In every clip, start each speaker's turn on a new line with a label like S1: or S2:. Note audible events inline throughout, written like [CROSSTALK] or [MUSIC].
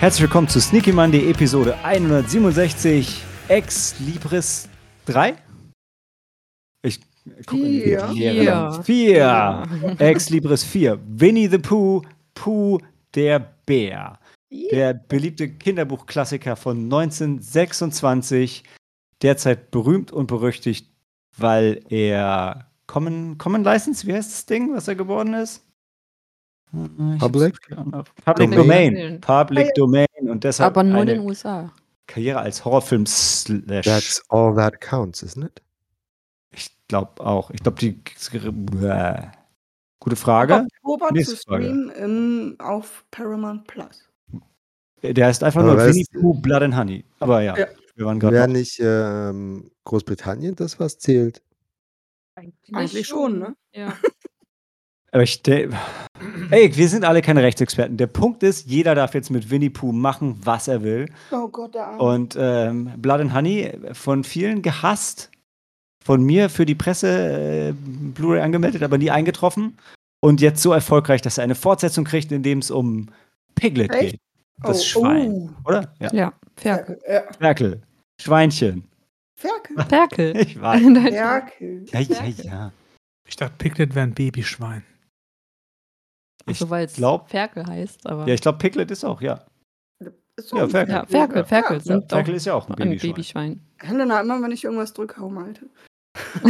S1: Herzlich willkommen zu Sneaky Monday Episode 167 Ex Libris 3. Ich gucke in die
S2: Vier.
S1: Leere. Vier. Ex Libris 4. Winnie the Pooh, Pooh der Bär. Der beliebte Kinderbuchklassiker von 1926. Derzeit berühmt und berüchtigt, weil er Common, Common License, wie heißt das Ding, was er geworden ist? Hm, Ich
S3: Public?
S1: Public
S3: Domain.
S1: Domain. Public Domain und deshalb
S2: Aber nur in
S1: eine
S2: den USA.
S1: Karriere als Horrorfilm slash.
S3: That's all that counts, isn't it?
S1: Ich glaube auch. Ich glaube, die. Bäh. Gute Frage.
S4: Oktober
S1: Nächste
S4: zu
S1: Frage.
S4: streamen im, auf Paramount Plus.
S1: Der heißt einfach
S3: Aber
S1: nur
S3: das-
S1: Winnie Pooh Blood and Honey. Aber ja,
S4: Ja.
S1: wir waren
S3: Wäre
S1: gerade. noch-
S3: nicht ähm, Großbritannien das, was zählt?
S4: Eigentlich schon, ne?
S2: Ja.
S1: Aber ich. de- Ey, wir sind alle keine Rechtsexperten. Der Punkt ist, jeder darf jetzt mit Winnie Pooh machen, was er will.
S4: Oh Gott, der Arme.
S1: Und ähm, Blood and Honey von vielen gehasst, von mir für die Presse äh, Blu-ray angemeldet, aber nie eingetroffen. Und jetzt so erfolgreich, dass er eine Fortsetzung kriegt, in dem es um Piglet
S4: Echt?
S1: geht. Das
S4: oh,
S1: Schwein,
S4: Oh.
S1: oder? Ja.
S2: Ja. Ferkel.
S4: Ferkel. Ja.
S1: Ferkel. Schweinchen. [LAUGHS]
S4: Ferkel.
S2: [LAUGHS] Ferkel.
S1: Ich weiß.
S4: Ferkel.
S1: Ja, ja, ja.
S5: Ich dachte, Piglet wäre ein Babyschwein.
S1: Ich
S2: so, weil es
S1: glaub-
S2: Ferkel heißt, aber.
S1: Ja, ich glaube, Piglet ist auch, ja.
S4: Ist so
S1: Ja,
S4: ein
S1: Ferkel.
S2: Ja, Ferkel, Ferkel
S1: ja
S2: sind
S1: Ferkel
S2: doch
S1: ist ja auch ein
S2: ein
S1: Babyschwein.
S2: Babyschwein.
S4: Helena, immer wenn ich irgendwas drücke, hau mal, Alter.
S1: [LAUGHS]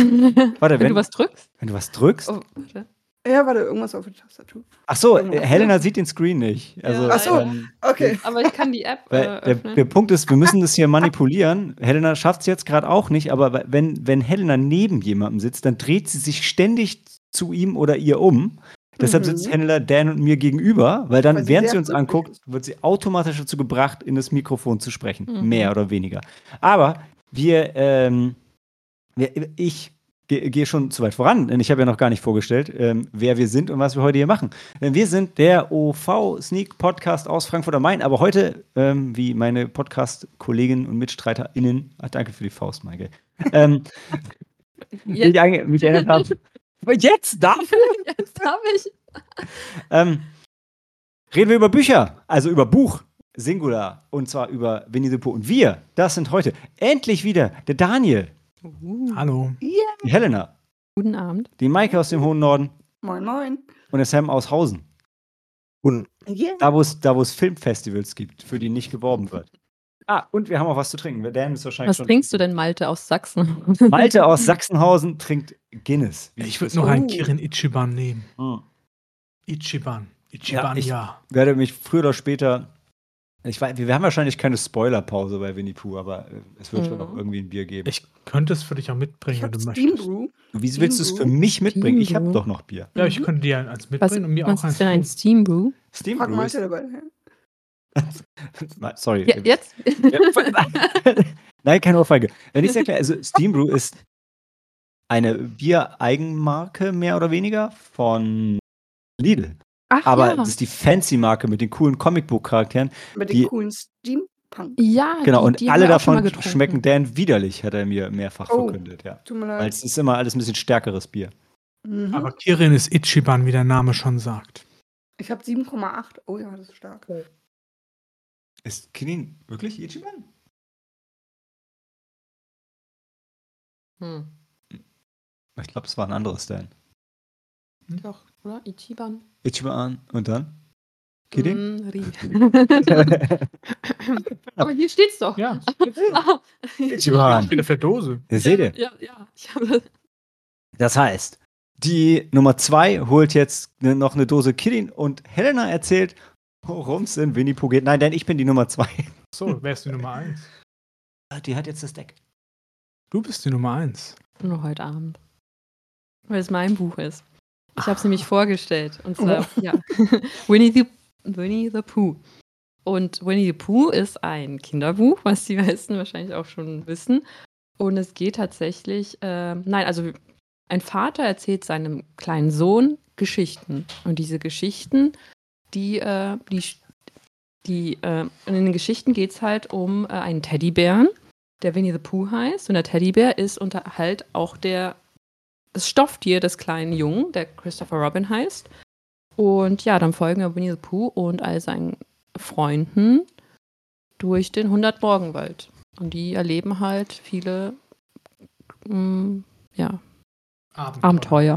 S1: Warte,
S2: wenn
S1: wenn,
S2: du was drückst?
S1: wenn du was drückst.
S2: Oh, warte.
S4: Ja, warte, irgendwas auf der Tastatur.
S1: Ach so,
S4: Ja.
S1: äh, Helena sieht den Screen nicht. Also,
S2: Ach so.
S1: ähm,
S4: Okay.
S2: Aber ich kann die App äh,
S1: Weil der,
S2: öffnen.
S1: der Punkt ist, wir müssen das hier manipulieren. Helena schafft es jetzt gerade auch nicht, aber wenn, wenn Helena neben jemandem sitzt, dann dreht sie sich ständig zu ihm oder ihr um. Deshalb
S4: Mhm.
S1: sitzt Helena, Dan und mir gegenüber, weil dann,
S4: Weil sie
S1: während
S4: sehr
S1: sie uns
S4: glücklich
S1: anguckt,
S4: ist.
S1: wird sie automatisch dazu gebracht, in das Mikrofon zu sprechen.
S2: Mhm.
S1: Mehr oder weniger. Aber wir, ähm, wir ich ge- gehe schon zu weit voran, denn ich habe ja noch gar nicht vorgestellt, ähm, wer wir sind und was wir heute hier machen. Denn wir sind der OV-Sneak-Podcast aus Frankfurt am Main, aber heute, ähm, wie meine Podcast-Kolleginnen und MitstreiterInnen, ach, danke für die Faust, Maike, ähm,
S2: Jetzt-
S1: mich, ange- mich erinnert haben. Jetzt dafür?
S2: Jetzt habe ich.
S1: Ähm, reden wir über Bücher, also über Buch, Singular, und zwar über Winnie the Pooh. Und wir, das sind heute endlich wieder der Daniel,
S5: Hallo.
S1: die Helena,
S2: Guten Abend.
S1: die Maike aus dem hohen Norden
S4: Moin, moin.
S1: und der Sam aus Hausen.
S3: Und
S4: Yeah.
S1: Da, wo es da, wo es Filmfestivals gibt, für die nicht geworben wird. Ah, und wir haben auch was zu trinken. Dan ist wahrscheinlich
S2: Was
S1: schon
S2: trinkst du denn, Malte, aus Sachsen?
S1: Malte aus Sachsenhausen trinkt Guinness. Wie
S5: Ich
S1: das-
S5: würde noch einen
S4: Oh.
S5: Kirin Ichiban nehmen.
S1: Hm.
S5: Ichiban. Ichiban, ja.
S1: ich- Werde mich früher oder später. Ich weiß, wir haben wahrscheinlich keine Spoilerpause bei Winnie Pooh, aber äh, es wird schon
S2: Mhm.
S1: noch irgendwie ein Bier geben.
S5: Ich könnte es für dich auch mitbringen,
S4: Ich hab
S5: wenn du
S4: Steam
S5: möchtest.
S4: Brew.
S1: Wieso willst du es für mich mitbringen? Ich habe doch noch Bier.
S5: Ja, ich könnte dir
S2: [LAUGHS]
S5: eins
S2: Was,
S5: mitbringen und mir auch
S2: was
S5: eins.
S2: ist denn ein
S5: holen.
S2: Steam Brew?
S1: Steam
S4: Frag
S1: Brew
S4: mal, ist
S1: ist,
S4: der dabei? Ja.
S1: Ma- Sorry.
S2: Ja,
S1: [LAUGHS]
S2: jetzt? [LAUGHS]
S1: Nein, keine Ohrfeige. Wenn ich sehr klar, also Steam Brew ist eine Bier-Eigenmarke mehr oder weniger von Lidl.
S2: Ach,
S1: Aber
S2: ja.
S1: das ist die Fancy-Marke mit den coolen Comicbuch-Charakteren.
S4: Mit
S1: Die-
S4: den coolen Steampunk.
S2: ja,
S1: Genau,
S2: die,
S1: und
S2: die haben
S1: alle
S2: wir auch schon mal
S1: davon
S2: getrunken.
S1: schmecken Dan widerlich, hat er mir mehrfach
S4: Oh.
S1: verkündet, ja.
S4: Tut mir
S1: Weil
S4: leid.
S1: es ist immer alles ein bisschen stärkeres Bier.
S4: Mhm.
S5: Aber Kirin ist Ichiban, wie der Name schon sagt.
S4: Ich habe 7,8. Oh ja, das ist stark.
S1: Ist Kinin wirklich Ichiban?
S2: Hm.
S1: Ich glaube, es war ein anderes Dan.
S2: Doch, oder? Ichiban.
S1: Ichiban und dann? Kinin?
S2: Mm,
S1: [LAUGHS]
S2: Rie. [LAUGHS] Aber hier steht's doch.
S4: [LAUGHS]
S5: Ja,
S2: Ah,
S1: Ichiban.
S5: auf der Dose.
S1: Ja, seht ihr?
S2: Ja, ja. Ich habe [LAUGHS]
S1: Das heißt, die Nummer 2 holt jetzt ne- noch eine Dose Kirin und Helena erzählt, worum es in Winnie Pooh geht. Nein, denn ich bin die Nummer 2.
S5: So, wärst du Nummer 1.
S1: Ah, Die hat jetzt das Deck.
S5: Du bist die Nummer 1.
S2: nur heute Abend. Weil es mein Buch ist. Ich habe es nämlich vorgestellt. Und zwar, ja, [LAUGHS] Winnie the, Winnie the Pooh. Und Winnie the Pooh ist ein Kinderbuch, was die [LAUGHS] meisten wahrscheinlich auch schon wissen. Und es geht tatsächlich, ähm, nein, also ein Vater erzählt seinem kleinen Sohn Geschichten. Und diese Geschichten, die, äh, die, die äh, und in den Geschichten geht es halt um äh, einen Teddybären, der Winnie the Pooh heißt. Und der Teddybär ist unter halt auch der, das Stofftier des kleinen Jungen, der Christopher Robin heißt. Und ja, dann folgen wir Winnie the Pooh und all seinen Freunden durch den 100 Morgenwald. Und die erleben halt viele mm, ja,
S5: Abenteuer.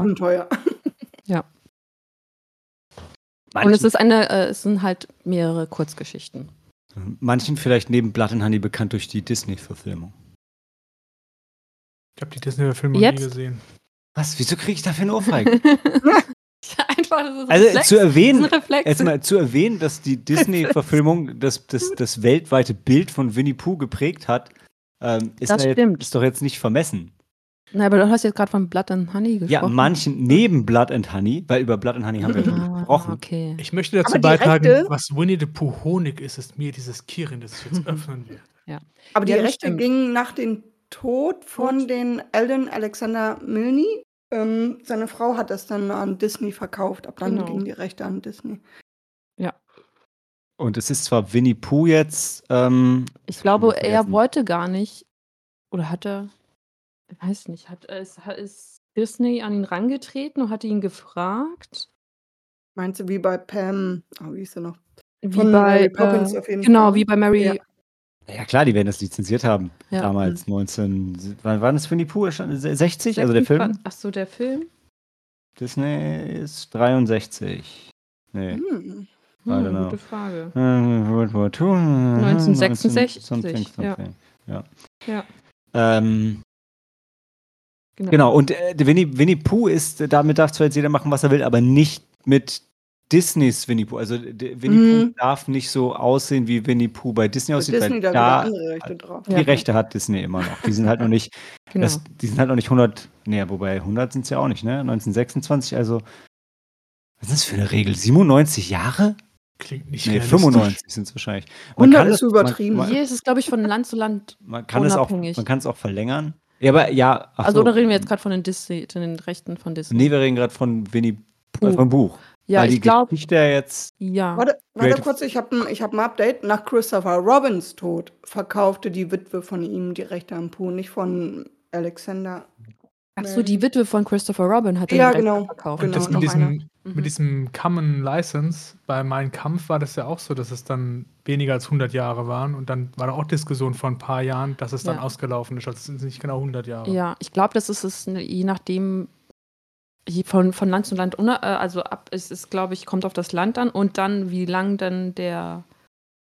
S2: Abenteuer.
S4: Abenteuer.
S2: Und es ist eine, äh, es sind halt mehrere Kurzgeschichten. [LAUGHS]
S1: manchen vielleicht neben Blood and Honey bekannt durch die Disney-Verfilmung.
S5: Ich habe die Disney-Filme nie
S2: Jetzt?
S5: gesehen.
S1: Was? Wieso kriege ich dafür eine
S2: [LAUGHS]
S1: Ohrfeige?
S2: Ja, Einfach, das ist ein
S1: also
S2: Reflex.
S1: zu
S2: das ist ein
S1: erwähnen,
S2: Reflex.
S1: erstmal zu erwähnen, dass die Disney-Verfilmung das, das, das weltweite Bild von Winnie Pooh geprägt hat, ähm, ist,
S2: Das
S1: da
S2: stimmt.
S1: Jetzt, ist doch jetzt nicht vermessen.
S2: Na, aber du hast jetzt gerade von Blood and Honey gesprochen.
S1: Ja, manchen neben Blood and Honey, weil über Blood and Honey haben wir ja schon
S2: Ah,
S1: gesprochen.
S2: okay.
S5: Ich möchte dazu
S4: Aber die
S5: beitragen,
S4: Rechte-
S5: was Winnie the Pooh Honig ist, ist mir dieses Kirin, das ich
S4: [LAUGHS]
S5: jetzt öffnen werde.
S4: Aber die
S2: Ja, das
S4: Rechte
S2: stimmt.
S4: gingen nach dem Tod von den Eldon Alexander Milne. Ähm, seine Frau hat das dann an Disney verkauft. Ab dann
S2: Genau.
S4: gingen die Rechte an Disney.
S1: Und es ist zwar Winnie Pooh jetzt, ähm,
S2: Ich glaube,
S1: Wieder
S2: er
S1: vergessen.
S2: wollte gar nicht. Oder hat er. Ich weiß nicht. Hat, ist, hat, ist Disney an ihn rangetreten und hat ihn gefragt?
S4: Meinst du, wie bei Pam? Oh, wie ist er noch?
S2: Wie
S4: Von Mary Poppins
S2: äh,
S4: auf jeden
S2: Genau,
S4: Fall.
S2: wie bei Mary.
S4: Ja.
S1: ja klar, die werden das lizenziert haben.
S2: Ja. Mhm.
S1: Damals 19, wann war das Winnie Pooh? erschien? 60? Also der Film?
S2: Achso, der Film?
S1: Disney ist 63. Nee.
S4: Hm.
S1: I don't know.
S2: gute Frage.
S1: Äh, World War II.
S2: 1966,
S1: Something,
S2: ja.
S1: something. Ja.
S2: Ja.
S1: Ähm, genau, und äh, der Winnie, Winnie Pooh ist, äh, damit darf zwar jetzt jeder machen, was er will, aber nicht mit Disneys Winnie Pooh. Also der Winnie
S4: Mhm.
S1: Pooh darf nicht so aussehen, wie Winnie Pooh bei Disney
S4: Bei
S1: aussieht, weil
S4: Disney, da wieder
S1: da
S4: andere
S2: äh,
S4: Rechte drauf.
S1: die
S2: Ja.
S1: Rechte hat Disney immer noch. Die sind halt noch nicht,
S2: Genau.
S1: das, die sind halt noch nicht 100, nee, wobei 100 sind es ja auch nicht, ne? 1926, also was ist das für eine Regel? 97 Jahre?
S5: Klingt nicht
S1: Nee,
S5: realistisch.
S1: 95 sind es wahrscheinlich.
S4: 100
S1: kann
S4: ist
S1: das-
S4: übertrieben.
S1: Man, man,
S2: Hier ist es, glaube ich, von Land zu Land.
S1: man kann es auch,
S2: unabhängig.
S1: man kann es auch verlängern. Ja, aber ja. ach
S2: also,
S1: so.
S2: oder reden wir jetzt gerade von den Disney, von den Rechten von Disney?
S1: Nee, wir reden gerade von Winnie
S2: Puh.
S1: äh, vom Buch.
S2: ja,
S1: weil
S2: ich
S1: die
S2: glaube,
S1: Geschichte jetzt.
S2: ja.
S4: Warte, warte
S1: Creative-
S4: kurz, ich habe ein, ich hab ein Update. Nach Christopher Robins Tod verkaufte die Witwe von ihm die Rechte am Pooh, nicht von Alexander.
S2: Achso, die Witwe von Christopher Robin hat den
S4: Ja,
S2: Recht
S4: genau.
S2: verkauft.
S5: Und
S4: Genau,
S5: das mit
S4: noch einer.
S5: diesem,
S2: Mhm.
S5: mit diesem Common License, bei meinem Kampf war das ja auch so, dass es dann weniger als 100 Jahre waren. Und dann war da auch Diskussion vor ein paar Jahren, dass es dann
S2: Ja.
S5: ausgelaufen ist. Also es sind nicht genau 100 Jahre.
S2: Ja, ich glaube, das ist es, ne, je nachdem, je von, von Land zu Land, una- äh, also ab, es ist, glaube ich, kommt auf das Land an und dann, wie lang dann der,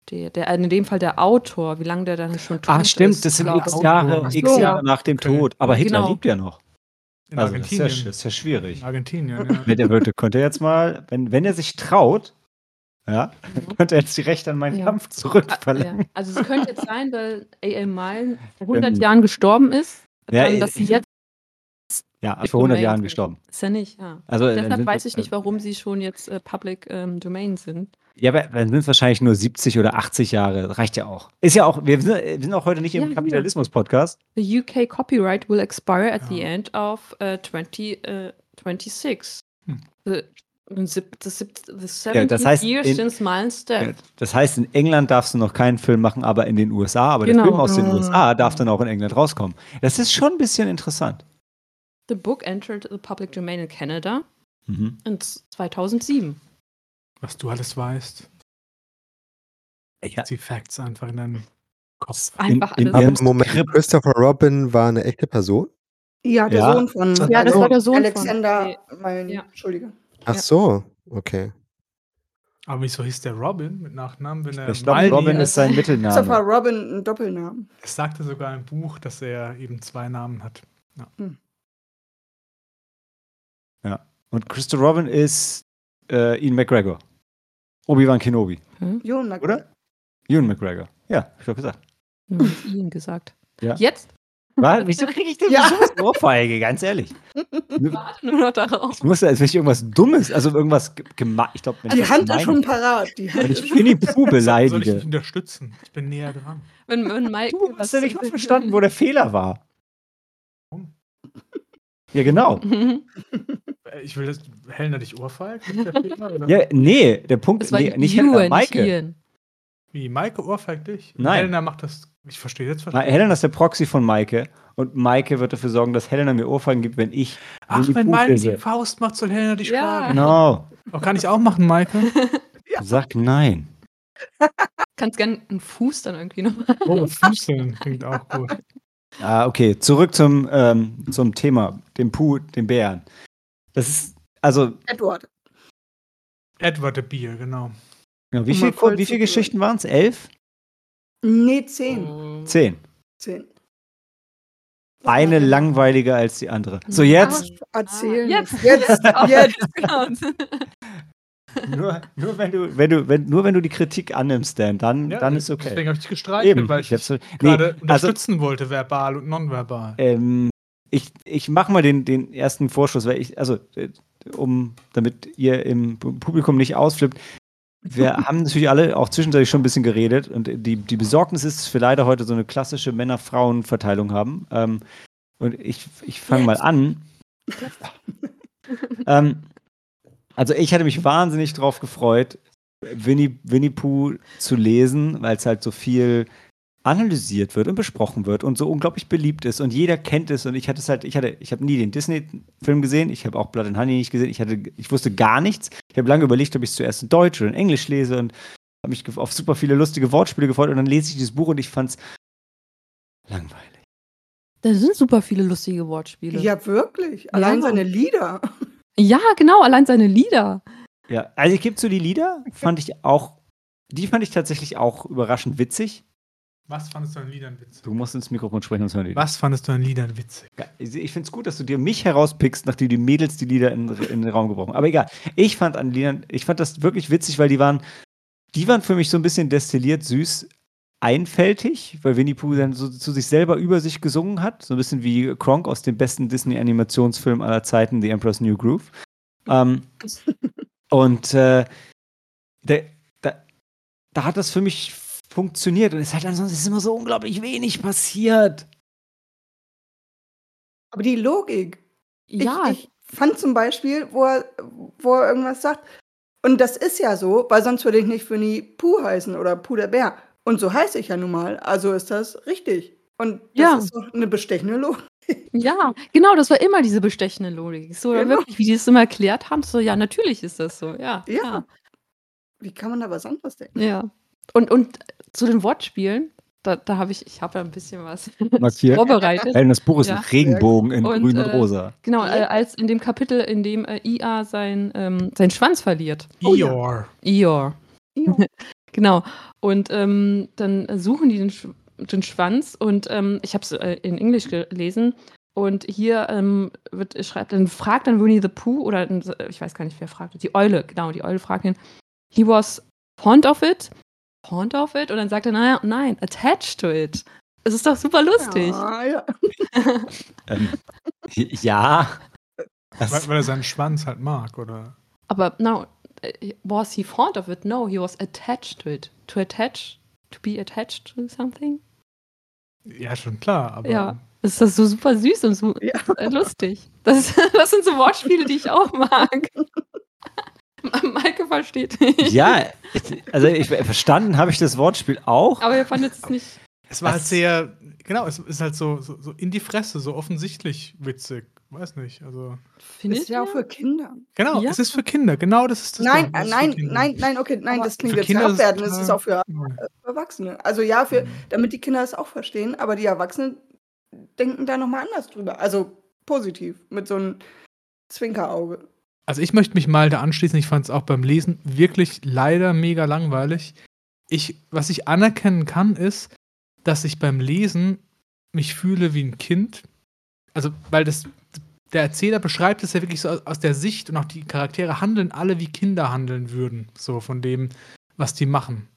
S2: der, der äh, in dem Fall der Autor, wie lange der dann schon tot
S1: Ah, stimmt,
S2: ist.
S1: das sind
S2: glaub
S1: x
S5: auch
S2: ich.
S1: Jahre,
S5: so.
S1: x
S4: Ja.
S1: Jahre nach dem
S5: Okay.
S1: Tod. Aber Hitler
S2: Genau.
S1: liebt ja noch.
S5: In
S1: also, das ist ja,
S5: Argentinien.
S1: sch- das ist ja
S5: In
S1: schwierig.
S5: Argentinien,
S2: [LAUGHS]
S5: ja.
S1: Wenn der würde, könnte er jetzt mal, wenn, wenn er sich traut, ja,
S2: Mhm.
S1: könnte er jetzt die Rechte an meinen
S2: Ja.
S1: Kampf
S2: Ah,
S1: zurückverlängern.
S2: ja. Also es könnte jetzt sein, weil A.L. Milne
S1: [LAUGHS]
S2: vor 100
S1: Ähm,
S2: Jahren gestorben ist,
S1: ja, äh,
S2: dann,
S1: ich-
S2: dass sie jetzt
S1: Ja, hat vor 100
S2: Domain
S1: Jahren
S2: sind.
S1: gestorben.
S2: ist ja nicht, ja.
S1: Also, äh,
S2: Deshalb
S1: sind-
S2: weiß ich nicht, warum sie schon jetzt äh, Public ähm, Domain sind.
S1: Ja, aber dann sind es wahrscheinlich nur 70 oder 80 Jahre. Reicht ja auch. Ist ja auch, wir sind, wir sind auch heute nicht
S2: Ja,
S1: im
S2: ja.
S1: Kapitalismus-Podcast.
S2: The UK copyright will expire at the
S5: Ja.
S2: end of uh, 20, uh, 26.
S5: Hm.
S2: The, the, sip- the, sip- the 17
S1: Ja, das heißt,
S2: years
S1: in-
S2: since Miles
S1: Ja,
S2: death.
S1: Das heißt, in England darfst du noch keinen Film machen, aber in den USA, aber
S2: Genau.
S1: der Film aus den
S4: Ah.
S1: USA darf dann auch in England rauskommen. Das ist schon ein bisschen interessant.
S2: The book entered the public domain in Canada
S1: Mhm.
S2: in z- 2007.
S5: Was du alles weißt,
S1: Ja.
S5: die Facts einfach in deinem Kopf.
S2: Einfach
S1: in- in-
S2: alles.
S3: Ähm,
S1: James
S3: Moment,
S1: Cribb.
S3: Christopher Robin war eine echte Person?
S4: Ja, der
S1: Ja.
S4: Sohn von.
S2: Ja, das war der Sohn von-
S4: Alexander Milne.
S2: Ja.
S4: Entschuldige.
S3: Ach
S2: Ja.
S3: so, okay.
S5: Aber wieso hieß der Robin mit Nachnamen? Wenn er
S1: Ich glaube,
S5: Maldi-
S1: Robin ist sein
S4: Christopher
S1: Mittelname.
S4: Robin, ein Doppelnamen.
S5: Es sagte sogar im Buch, dass er eben zwei Namen hat.
S1: Und Christopher Robin ist äh, Ian McGregor. Obi-Wan Kenobi.
S4: Jon Mac-
S1: Oder? Ian McGregor. Ja, hab ich doch gesagt.
S2: Nur mit ihnen gesagt.
S1: Ja.
S2: Jetzt
S1: War, wieso kriege ich denn
S4: Ja.
S1: [LAUGHS] ja. eine Ohrfeige? Ganz ehrlich.
S2: warte nur noch darauf.
S1: Ich muss da jetzt wirklich irgendwas Dummes, also irgendwas gemacht. Ich glaube,
S4: Die Hand ist schon parat. Die Hand
S1: Wenn
S4: ist
S1: ich Winnie Pooh
S5: Soll ich
S1: beleidige.
S5: dich unterstützen? Ich bin näher dran.
S2: Wenn, wenn Mike
S1: Du hast ja nicht mal verstanden, wo der Fehler war. Ja, genau.
S2: Mhm.
S5: Äh, Ich will das. Hellner dich Ohrfeigt? Ist der Fehler, oder?
S1: Ja, nee, der Punkt
S2: [LAUGHS] Das
S1: ist
S2: war
S1: nee, nicht
S2: you
S1: Helena,
S2: and
S1: Maike.
S2: Ian.
S5: Wie? Maike ohrfeigt dich?
S1: Nein.
S5: Helena macht das. Ich verstehe jetzt
S1: Ma- Helena ist der Proxy von Maike und Maike wird dafür sorgen, dass Helena mir Ohrfeigen gibt, wenn ich
S5: Ach,
S1: Winnie
S5: wenn
S1: Pooh
S5: Maike die
S1: disse.
S5: Faust macht, soll Helena dich
S2: Ja.
S5: schlagen.
S1: Genau.
S5: Oh, kann ich auch machen, Maike?
S1: Sag nein.
S2: Kannst gerne einen Fuß dann irgendwie nochmal.
S5: Oh, Füßeln klingt auch gut.
S1: Ah, okay. Zurück zum, ähm, zum Thema, dem Puh, dem Bären. Das ist, also,
S4: Edward.
S5: Edward the Beer, genau.
S1: ja, wie
S4: Um mal
S1: viele
S4: voll
S1: wie
S4: zu
S1: viel
S4: gehen.
S1: Geschichten waren es? Elf?
S4: Nee, zehn.
S2: [LAUGHS]
S5: Oh.
S1: Zehn.
S4: Zehn.
S1: Eine langweiliger als die andere. So,
S2: Mhm.
S1: jetzt,
S4: Erzählen.
S2: jetzt.
S4: Jetzt. jetzt.
S2: genau.
S1: nur, nur, wenn du, wenn du, wenn, nur wenn du die Kritik annimmst, Dan, dann,
S5: Ja,
S1: dann ist okay.
S5: Deswegen habe ich dich gestreichelt,
S1: Eben,
S5: weil
S1: ich
S5: ich,
S1: hab's, nee,
S5: gerade
S1: also,
S5: unterstützen wollte, verbal und nonverbal.
S1: ähm, ich, ich mache mal den, den ersten Vorschuss, weil ich, also, äh, um, damit ihr im Pu- Publikum nicht ausflippt, wir haben natürlich alle auch zwischenzeitlich schon ein bisschen geredet und die, die Besorgnis ist, dass wir leider heute so eine klassische Männer-Frauen-Verteilung haben. Ähm, und ich, ich fange mal an. ähm, also ich hatte mich wahnsinnig drauf gefreut, Winnie, Winnie Pooh zu lesen, weil es halt so viel analysiert wird und besprochen wird und so unglaublich beliebt ist und jeder kennt es und ich hatte es halt ich hatte ich habe nie den Disney Film gesehen, ich habe auch Blood and Honey nicht gesehen, ich hatte ich wusste gar nichts. Ich habe lange überlegt, ob ich es zuerst in Deutsch oder in Englisch lese und habe mich gef- auf super viele lustige Wortspiele gefreut und dann lese ich dieses Buch und ich fand's langweilig.
S2: [LAUGHS] Da sind super viele lustige Wortspiele.
S4: Ja, wirklich. Allein
S2: Ja.
S4: seine Lieder.
S2: Ja, genau, allein seine Lieder.
S1: Ja, also ich gebe zu, die Lieder fand ich auch, die fand ich tatsächlich auch überraschend witzig.
S5: Was fandest du an Liedern witzig?
S1: Du musst ins Mikrofon sprechen, sonst hören die.
S5: Was fandest du an Liedern witzig?
S1: Ja, Ich finde es gut, dass du dir mich herauspickst, nachdem die Mädels die Lieder in, in den Raum gebrochen haben. Aber egal, ich fand an Liedern, ich fand das wirklich witzig, weil die waren, die waren für mich so ein bisschen destilliert süß einfältig, weil Winnie Pooh dann so zu sich selber über sich gesungen hat, so ein bisschen wie Kronk aus dem besten Disney-Animationsfilm aller Zeiten, The Emperor's New Groove. Ähm, und äh, da, da, da hat das für mich funktioniert und es hat ansonsten ist immer so unglaublich wenig passiert.
S4: Aber die Logik.
S2: Ja,
S4: Ich, ich fand zum Beispiel, wo er, wo er irgendwas sagt. Und das ist ja so, weil sonst würde ich nicht Winnie Puh heißen oder Puh der Bär. Und so heiße ich ja nun mal. Also ist das richtig. Und das
S2: Ja.
S4: ist doch eine bestechende Logik.
S2: ja, genau, das war immer diese bestechende Logik. So,
S4: Genau.
S2: wirklich, wie die es immer erklärt haben, so, ja, natürlich ist das so, ja.
S4: Ja. Wie kann man da was anderes denken?
S2: [LAUGHS] Ja. ja. Und, und zu den Wortspielen, da, da habe ich, ich habe ja ein bisschen was
S1: Markiert. [LAUGHS]
S4: [LAUGHS]
S2: vorbereitet.
S1: Ellen, das Buch ist
S2: Ja.
S1: ein Regenbogen in
S2: Und,
S1: grün und
S2: äh,
S1: rosa.
S2: Genau, äh, als in dem Kapitel, in dem äh, IA sein, ähm, seinen Schwanz verliert.
S4: Oh ja.
S5: Eeyore.
S2: Ior.
S4: Ja.
S2: Genau. Und ähm, dann äh, suchen die den, Sch den Schwanz und ähm, ich habe es äh, in Englisch gelesen. Und hier ähm, wird, schreibt, dann fragt dann Winnie the Pooh oder äh, ich weiß gar nicht, wer fragt, die Eule, genau, die Eule fragt ihn, he was fond of it, fond of it, und dann sagt er, naja, nein, attached to it. Es ist doch super lustig.
S4: Ja, ja.
S1: Ähm, ja.
S5: Weil, weil er seinen Schwanz halt mag, oder?
S2: Aber no, äh, was he fond of it? No, he was attached to it. To attach, to be attached to something?
S5: Ja, schon klar, aber
S2: Ja. Ist das so super süß und so
S4: Ja.
S2: äh, [LAUGHS] lustig. Das, [LAUGHS] das sind so Wortspiele, die ich auch mag. [LAUGHS] Maike versteht nicht.
S1: ja, also ich, verstanden habe ich das Wortspiel auch.
S2: Aber ihr fandet es nicht.
S5: es war halt
S1: Das-
S5: sehr, genau, es ist halt so, so, so in die Fresse, so offensichtlich witzig. Weiß nicht, also.
S2: Findet
S4: ist ja auch
S2: ihr?
S4: für Kinder.
S5: Genau,
S2: Ja.
S5: es ist für Kinder, genau das ist das.
S4: Nein,
S5: Ding, es
S4: äh,
S5: ist
S4: nein,
S5: für Kinder.
S4: nein, nein, okay, nein,
S5: Aber
S4: das klingt
S5: für
S4: jetzt sehr
S5: Kinder ist es
S4: abwertend. Das ist
S5: total-
S4: auch für Erwachsene. Also ja, für, damit die Kinder es auch verstehen, aber die Erwachsenen denken da nochmal anders drüber. Also positiv, mit so einem Zwinkerauge.
S5: Also ich möchte mich mal da anschließen, ich fand es auch beim Lesen wirklich leider mega langweilig. Ich, was ich anerkennen kann, ist, dass ich beim Lesen mich fühle wie ein Kind. Also, weil das, der Erzähler beschreibt es ja wirklich so aus, aus der Sicht und auch die Charaktere handeln alle wie Kinder handeln würden, so von dem, was die machen.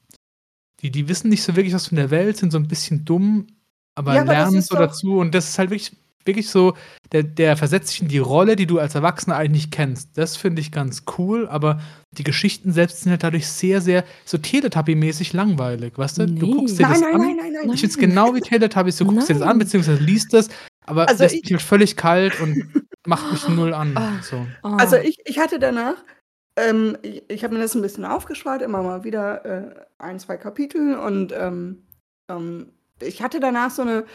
S5: Die, die wissen nicht so wirklich was von der Welt, sind so ein bisschen dumm, aber,
S4: Ja, aber das
S5: lernen
S4: ist
S5: so
S4: doch-
S5: dazu und das ist halt wirklich, wirklich so, der, der versetzt sich in die Rolle, die du als Erwachsener eigentlich nicht kennst. Das finde ich ganz cool, aber die Geschichten selbst sind halt dadurch sehr, sehr so Teletubby-mäßig langweilig, weißt du? Du
S2: Nee.
S5: guckst dir
S4: Nein,
S5: das
S4: nein,
S5: an.
S4: nein, nein, nein.
S5: Ich finde es genau wie Teletubbies, du guckst dir das
S2: Nein.
S5: an, beziehungsweise liest das, aber
S4: Also
S5: das
S4: ich-
S5: ist halt völlig kalt
S4: [LAUGHS]
S5: und macht mich null an.
S2: Ah.
S5: So.
S2: Oh.
S4: Also ich, ich hatte danach, ähm, ich, ich habe mir das ein bisschen aufgespart, immer mal wieder äh, ein, zwei Kapitel und ähm, ähm, ich hatte danach so eine,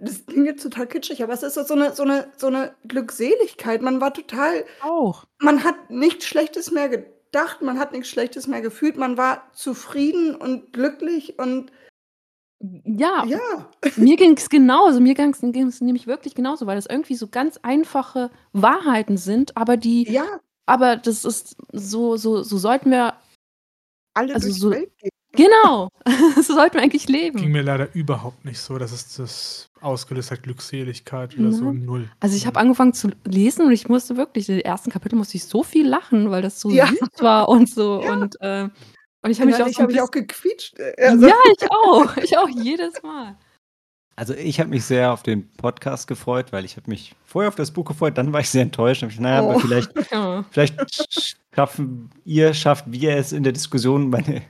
S4: das klingt jetzt total kitschig, aber es ist so eine, so eine, so eine Glückseligkeit. Man war total
S2: auch.
S4: man hat nichts Schlechtes mehr ge gedacht, man hat nichts Schlechtes mehr gefühlt, man war zufrieden und glücklich und
S2: Ja,
S4: ja.
S2: mir ging es genauso. Mir ging es nämlich wirklich genauso, weil das irgendwie so ganz einfache Wahrheiten sind, aber die,
S4: Ja,
S2: aber das ist so, so, so sollten wir,
S4: alle
S2: Also
S4: durch die
S2: so-
S4: Welt gehen.
S2: genau, [LAUGHS] so sollten wir eigentlich
S5: Ging
S2: leben.
S5: mir leider überhaupt nicht so. Das ist das ausgelöste Glückseligkeit oder so
S2: Nein.
S5: null.
S2: Also ich
S4: Mhm.
S2: habe angefangen zu lesen und ich musste wirklich, in den ersten Kapitel musste ich so viel lachen, weil das so
S4: Ja.
S2: süß war
S4: [LAUGHS]
S2: und so und, äh, und ich habe mich auch
S4: Innerlich
S2: so ein
S4: habe ich
S2: bisschen
S4: auch gequietscht. äh, [LAUGHS]
S2: ja, ich auch. Ich auch jedes Mal.
S1: Also ich habe mich sehr auf den Podcast gefreut, weil ich habe mich vorher auf das Buch gefreut, dann war ich sehr enttäuscht. Hab ich, naja,
S4: Oh.
S1: aber vielleicht,
S2: Ja.
S1: vielleicht sch- schaffen ihr, schafft wir es in der Diskussion, meine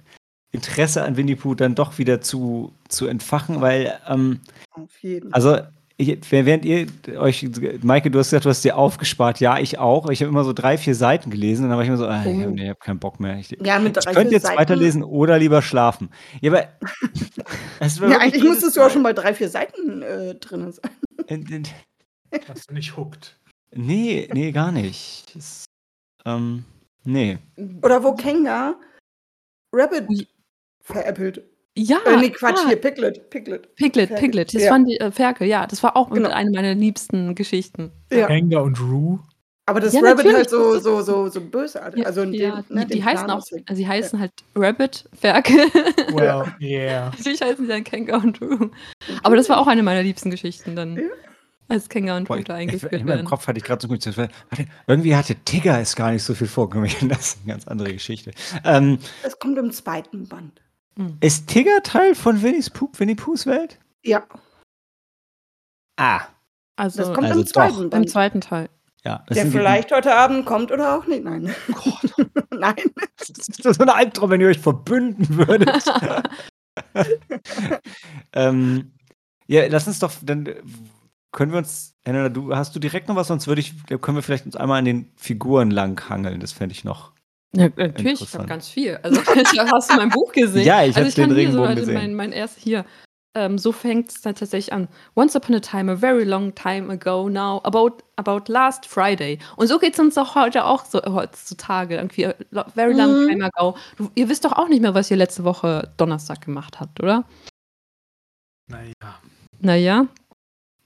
S1: Interesse an Winnie Pooh dann doch wieder zu, zu entfachen, weil ähm,
S4: Auf jeden Fall.
S1: Also, ich, während ihr euch, Maike, du hast gesagt, du hast dir aufgespart. Ja, ich auch. Ich habe immer so drei, vier Seiten gelesen und dann war ich immer so, ah, ich
S4: Oh.
S1: habe nee, hab keinen Bock mehr. Ich,
S4: Ja,
S1: Also,
S4: mit
S1: ich
S4: drei,
S1: könnte
S4: vier
S1: jetzt
S4: Seiten-
S1: weiterlesen oder lieber schlafen. Ja, aber. [LAUGHS] es war
S4: Ja,
S1: wirklich
S4: eigentlich
S1: jedes
S4: musstest du auch
S1: Mal-
S4: schon bei drei, vier Seiten äh, drin sein.
S5: Dass du nicht huckt.
S1: Äh, Nee, nee, gar nicht. Es, ähm, nee.
S4: Oder wo Kenga Rabbit
S2: Ui. Ah,
S4: veräppelt.
S2: Ja,
S4: äh, nee, Quatsch,
S2: ja.
S4: hier, Piglet, Piglet.
S2: Piglet,
S4: Ferkel.
S2: Piglet. Das
S4: Ja.
S2: fand ich, äh, Ferkel, ja, das war auch
S4: Genau.
S2: mit einer meiner liebsten Geschichten.
S4: Ja.
S5: Henga
S4: [LAUGHS]
S5: und Rue.
S4: Aber das
S2: Ja,
S4: Rabbit
S2: natürlich,
S4: halt so,
S2: das ist-
S4: so, so, so bösartig.
S2: Ja,
S4: also in
S2: ja,
S4: dem, ne,
S2: die,
S4: den
S2: die heißen
S4: Plan
S2: auch,
S4: auslegen.
S2: also die heißen halt Rabbit, Ferkel. [LAUGHS]
S5: Well, yeah.
S2: Natürlich heißen sie dann Känguru und Roo. Aber das war auch eine meiner liebsten Geschichten dann.
S4: Mhm. Ja.
S2: Als Känguru und
S1: Boah,
S2: Roo
S1: ich,
S2: da
S1: ich,
S2: eingeführt
S1: in meinem
S2: werden.
S1: Kopf hatte ich gerade so gut. Warte, irgendwie hatte Tigger es gar nicht so viel vorgemacht. [LAUGHS] Das ist eine ganz andere Geschichte. Ähm,
S4: Das kommt im zweiten Band.
S2: Mhm.
S1: Ist Tigger Teil von Winnie's Poop, Winnie Poohs Welt?
S4: Ja,
S1: Ah,
S2: Also
S4: das kommt
S1: also
S4: im zweiten
S2: im
S4: Band.
S2: zweiten Teil.
S1: ja. Das
S4: Der
S1: sind die-
S4: vielleicht heute Abend kommt oder auch nicht. Nein. [LAUGHS] Nein.
S1: Das ist so ein Albtraum, wenn ihr euch verbünden würdet. [LAUGHS] ähm, ja, lass uns doch, dann äh, können wir uns, Helena, du hast du direkt noch was, sonst würde ich, können wir vielleicht uns einmal an den Figuren lang hangeln, das fände ich noch.
S2: Ja, natürlich, ich habe
S1: Äh, Interessant.
S2: ganz viel. Also [LAUGHS] hast du mein Buch gesehen?
S1: Ja, ich
S2: also
S1: hab den
S2: kann hier so,
S1: Regenbogen
S2: also
S1: gesehen.
S2: Mein, mein erstes hier. Ähm, so fängt es dann tatsächlich an. Once upon a time, a very long time ago now, about, about last Friday. Und so geht es uns auch heute auch so äh, heutzutage. Irgendwie a lo- very long
S4: Mhm.
S2: time ago. Du, ihr wisst doch auch nicht mehr, was ihr letzte Woche Donnerstag gemacht habt, oder?
S5: Naja.
S2: Naja.